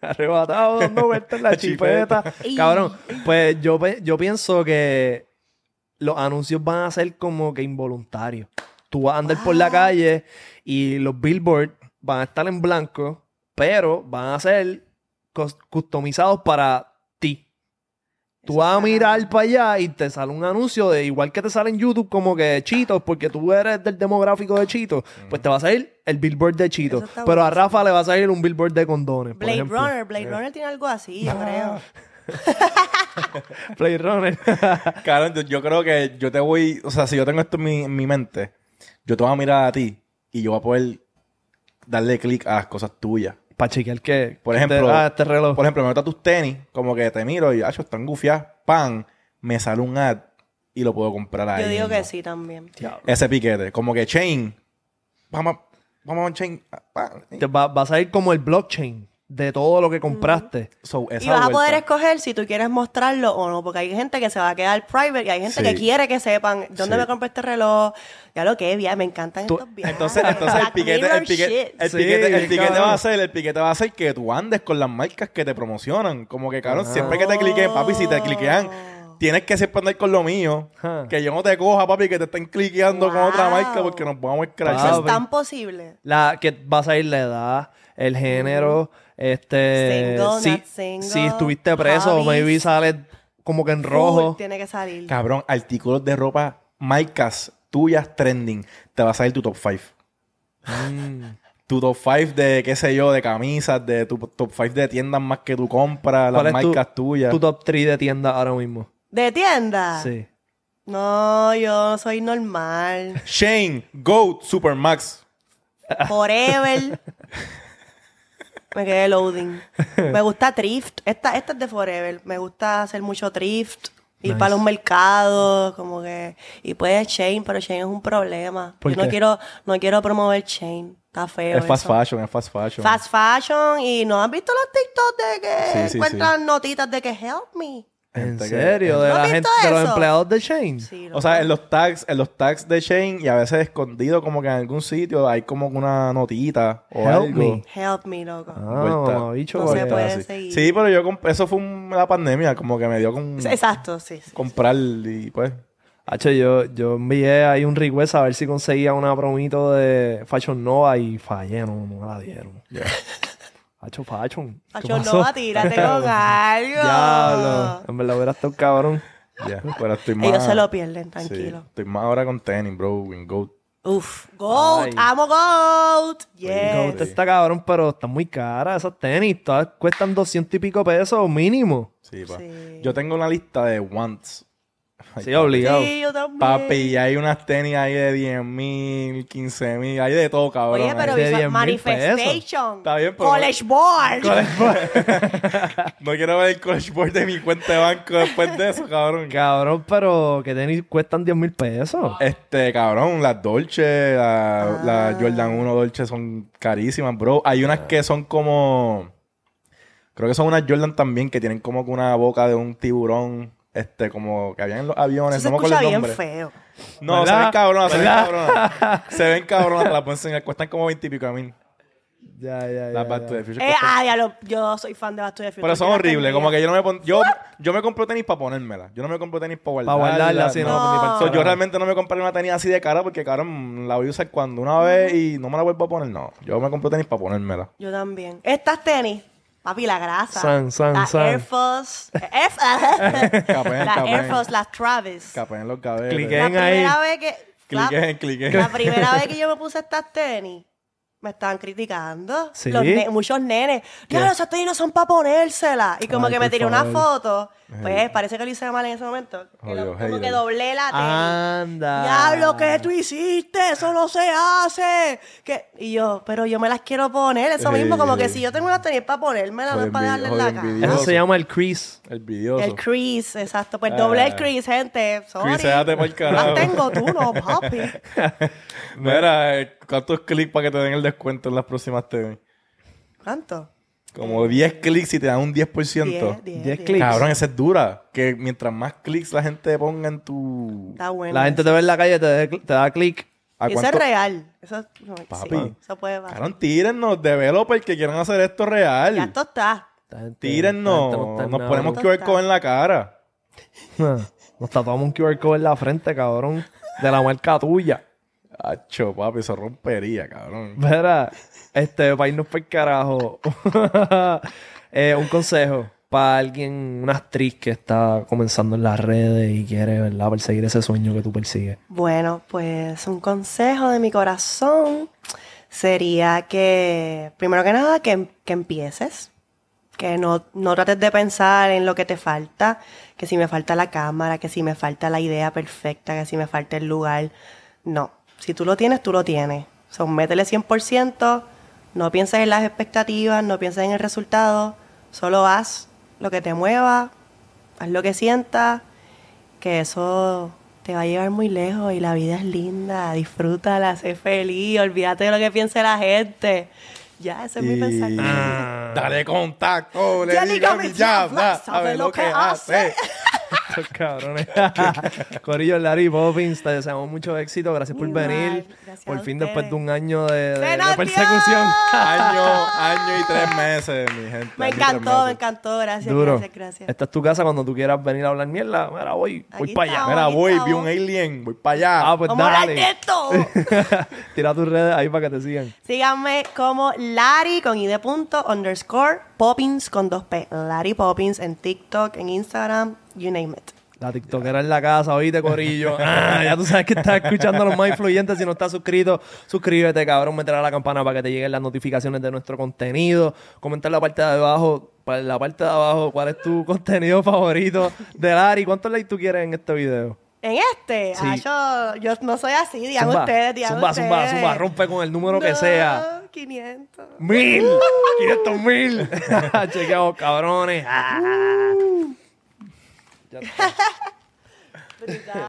C: Arrebatado dando vueltas en la,
A: La chipeta.
C: chipeta. Cabrón, pues yo, pe- yo pienso que los anuncios van a ser como que involuntarios. Tú vas a andar por la calle y los billboards van a estar en blanco, pero van a ser cus- customizados para ti. Tú
B: Eso
C: vas a
B: está
C: mirar
B: raro.
C: para allá y te sale un anuncio de igual que te sale en YouTube como que Chitos, porque tú eres del demográfico de Chitos, pues te va a salir el billboard de Chitos.
B: Eso está
C: Pero a
B: buenísimo.
C: Rafa le va a salir un billboard de condones. por
B: Blade
C: ejemplo.
B: Runner,
A: eh.
B: Blade Runner tiene algo así,
A: Ah,
B: yo creo.
C: Blade Runner.
A: Cabrón, yo- yo creo que yo te voy, o sea, si yo tengo esto en mi, en mi mente, yo te voy a mirar a ti y yo voy a poder darle clic a las cosas tuyas.
C: para chequear que.
A: Por
C: que
A: ejemplo,
C: te- ah, este reloj.
A: Por ejemplo, me meto a tus tenis, como que te miro y, acho, están gufias, pan, me sale un ad y lo puedo comprar ahí.
B: Yo digo que
A: mismo.
B: sí también.
C: Diablo.
A: Ese piquete, como que chain, vamos, a- vamos a un chain. ah, pan.
C: Te va, va a salir como el blockchain de todo lo que compraste.
A: So, esa
B: y vas a
A: vuelta.
B: poder escoger si tú quieres mostrarlo o no, porque hay gente que se va a quedar private y hay gente
A: Sí.
B: que quiere que sepan dónde
A: Sí.
B: me compré este reloj. Ya lo que bien, me encantan
C: Tú-
B: estos viajes.
A: Entonces, entonces el
B: Black
A: piquete, el
B: Mirror
A: piquete,
B: shit.
A: el
C: Sí,
A: piquete, el
C: bien
A: piquete
C: cabrón.
A: va a ser, el piquete va a ser que tú andes con las marcas que te promocionan. Como que, cabrón,
C: Ah.
A: siempre que te cliquen, papi, si
B: Oh.
A: te cliquean, tienes que siempre andar con lo mío.
C: Ajá.
A: Que yo no te coja, papi, que te estén cliqueando con otra
B: Wow.
A: marca porque nos vamos a
B: Eso
A: escrachar.
B: es tan posible.
C: La, que va a salir la edad, el género,
B: Single,
C: este.
B: not
C: si,
B: single,
C: si estuviste preso,
B: hobbies.
C: maybe sale como que en rojo.
B: Full, tiene que salir.
A: Cabrón, artículos de ropa, marcas tuyas trending. Te va a salir tu top 5.
C: Mm.
A: Tu top 5 de, qué sé yo, de camisas, de tu top 5 de tiendas más que tú compras,
C: ¿Cuál
A: las
C: es tu-
A: marcas tuyas.
C: Tu top 3 de tienda ahora mismo.
B: ¿De tienda?
C: Sí.
B: No, yo soy normal.
A: Shane, Goat, Supermax.
B: Forever. Me quedé loading. Me gusta thrift. Esta, esta es de Forever. Me gusta hacer mucho thrift. Ir
C: Nice.
B: para los mercados, como que. Y puede Chain, pero Chain es un problema.
C: ¿Por
B: Yo
C: qué?
B: no quiero, no quiero promover Chain. Está feo.
A: Es fast
B: eso.
A: fashion, es fast fashion.
B: Fast fashion. Y no han visto los TikToks de
A: Sí,
B: que
A: sí, sí.
B: encuentran notitas de que help me.
C: ¿En
A: Gente que-
C: serio? ¿De,
B: ¿No has
C: la
B: visto
C: gente, de los
B: eso?
C: empleados de Shane?
B: Sí,
A: O sea,
B: loco.
A: en los tags, en los tags de Shane y a veces escondido como que en algún sitio hay como que una notita o
C: Help
A: algo.
C: me.
B: Help me, loco.
C: Ah,
A: Vuelta.
C: mamabicho,
B: No se
C: porque-
B: puede.
A: Así.
B: seguir.
A: Sí, pero yo comp- eso fue un- la pandemia, como que me dio con
B: Exacto, sí. sí.
A: comprar y pues.
C: Hacho, yo, yo envié ahí un request a ver si conseguía una promito de Fashion Nova y fallé, no, no me la dieron. Hacho, Fashion. ¿qué
B: Pacho,
C: pasó?
B: no, tírate con algo.
C: Diablo. En verdad hubiera estado cabrón.
A: Ya, pero estoy más.
B: Ellos se lo pierden, tranquilo.
A: Sí, estoy más ahora con tenis, bro, en Goat.
B: Uf, GOAT,
C: Ay.
B: amo GOAT.
C: Digo,
B: Yes.
C: usted Este está cabrón, pero están muy caras esas tenis. Todas cuestan 200 y pico pesos mínimo.
A: Sí, pa.
B: Sí.
A: Yo tengo una lista de wants. Ay,
C: Sí,
A: papi.
C: obligado.
B: Sí, yo también.
A: Papi, hay unas tenis ahí de 10 mil, 15 mil, hay de todo, cabrón.
B: Oye, pero
C: es de
B: visual-
C: 10.000
B: Manifestation.
A: Está bien, pero-
B: College Board.
A: No quiero ver el college board de mi cuenta de banco después de eso, cabrón.
C: Cabrón, pero que tenis cuestan 10 mil pesos.
A: Este, cabrón, las Dolce, la,
B: Ah.
A: la Jordan 1 Dolce son carísimas, bro. Hay unas que son como... Creo que son unas Jordan también que tienen como que una boca de un tiburón, este, como que habían en los aviones.
B: Eso
A: no
B: se
A: me acuerdo
B: escucha
A: el
B: bien
A: nombre.
B: feo.
A: No, se
C: ¿Verdad?
A: ven cabronas, se ven
C: ¿Verdad?
A: cabronas. Se ven cabronas, te las puedo enseñar. Cuestan como 20 y pico a mí.
C: Ya, ya,
A: Las Back to the Future
B: Eh,
A: cuestan-
B: ah, ya lo- yo soy fan de Bastu de
A: Pero son horribles. Como que yo no me pon... yo, yo me compro tenis para ponérmela. Yo no me compro tenis para guardarla.
C: Para guardarla así, no,
B: No.
C: ni pa'l
A: So, yo
C: carajo.
A: realmente no me compré una tenis así de cara porque, cabrón, la voy a usar cuando una vez y no me la vuelvo a poner. No, yo me compro tenis para ponérmela.
B: Yo también. Estas tenis, papi, la grasa.
C: San, san,
B: las
C: san.
B: Air Force. eh, F-
A: Capén,
B: las Air
A: capén.
B: Force, las Travis.
A: Capé en los cabeles.
C: Cliqué.
B: La
C: Ven ahí.
B: primera vez que.
A: Cliquen,
B: la-
A: cliquen.
B: La primera vez que yo me puse estas tenis, me estaban criticando.
C: Sí.
B: Los ne- muchos nenes. Claro, esas tenis no son para ponérselas. Y como
C: Ay,
B: que me
C: por
B: tiré una
C: favor.
B: fotos. Pues parece que lo hice mal en ese momento. Que
A: Jodido,
B: lo- como
A: hater.
B: que doblé la tenis.
C: Anda.
B: Diablo, ¿qué tú hiciste? Eso no se hace. ¿Qué? Y yo, pero yo me las quiero poner. Eso mismo, como que si yo tengo una tenis para ponérmela, no es
A: Joder,
B: para darle en la
A: joder,
B: cara.
A: envidioso.
C: Eso se llama el crease.
A: El videoso.
B: El Chris, exacto. Pues doble
C: Ah.
B: el Chris, gente. Sorry.
A: Chriséate pa'l carajo.
B: Las tengo tú, no, papi.
A: Mira, eh, ¿cuántos clics para que te den el descuento en las próximas tenis?
B: ¿Cuánto? Eh,
A: Como 10 clics y te dan un 10%.
B: 10, 10,
C: Diez
B: 10.
C: clics.
A: Cabrón, esa es dura. Que mientras más clics la gente ponga en tu.
B: Está bueno.
C: La gente te ve en la calle, te, de- te da clic.
A: ¿A
B: Eso
A: cuánto-
B: es real. Eso, no, sí,
A: Papi.
B: eso puede pasar.
A: Cabrón, tírennos, developers que quieran hacer esto real.
B: Ya esto está.
C: Esta gente-
A: Tírennos.
C: esta gente no está en
A: Nos
C: nada,
A: ponemos
B: bro.
A: QR code en la cara.
C: ¿no? Ah, Nos tatuamos un QR code en la frente, cabrón. De la marca tuya.
A: Acho, papi, eso rompería, cabrón.
C: Verá, este, para irnos por carajo. Eh, un consejo para alguien, una actriz que está comenzando en las redes y quiere, ¿verdad?, perseguir ese sueño que tú persigues.
B: Bueno, pues un consejo de mi corazón sería que, primero que nada, que, que empieces, que no, no trates de pensar en lo que te falta, que si me falta la cámara, que si me falta la idea perfecta, que si me falta el lugar. No, si tú lo tienes, tú lo tienes. So, métele 100%, no pienses en las expectativas, no pienses en el resultado, solo haz lo que te mueva, haz lo que sientas que eso te va a llevar muy lejos y la vida es linda, disfrútala, sé feliz, olvídate de lo que piense la gente. Ya, ese es mi
A: Y-
B: pensamiento.
C: Ah.
A: Dale contacto, le
B: Ya
A: digo
B: dígame
A: a mi
B: si
A: llama,
B: habla,
A: sabe lo que hace.
C: Estos cabrones. Corillo, Larry Poppins, te deseamos mucho éxito. Gracias por
B: Igual,
C: venir.
B: gracias
C: por
B: a
C: fin,
B: ustedes.
C: después de un año de, de- de
B: ¡Se nos dio!
C: persecución.
A: Año, año y tres meses, mi gente.
B: Me
A: año y tres
B: encantó, me
A: meses.
B: encantó, gracias,
C: Duro. Este,
B: gracias, gracias.
C: Esta es tu casa cuando tú quieras venir a hablar mierda. Mira, voy, voy
B: Aquí
C: para allá.
B: estamos.
A: Mira, voy,
B: Ahorita
A: vi un
B: vos.
A: alien, voy para allá.
C: Ah, pues
B: ¡Vamos a hablar de
C: dale.
B: esto!
C: Tira tus redes ahí para que te sigan.
B: Síganme como Lari con i de punto underscore Poppins con dos P. Lari Poppins en TikTok, en Instagram, you name it.
C: La TikTokera en la casa, oíste, Corillo. Ah, ya tú sabes que estás escuchando a los más influyentes. Si no estás suscrito, suscríbete, cabrón. Meterá la campana para que te lleguen las notificaciones de nuestro contenido. Comenta en la parte de abajo, para la parte de abajo, cuál es tu contenido favorito de Lari. ¿Cuántos likes tú quieres en este video?
B: En este,
C: Sí.
B: ah, yo, yo no soy así, digan
C: Zumba,
B: ustedes, digan
C: zumba,
B: ustedes.
C: zumba, zumba. Rompe con el número que
B: No,
C: sea.
B: 500.
C: ¡Mil! ¡500 mil! Chequeamos, cabrones. Ah. Ya está.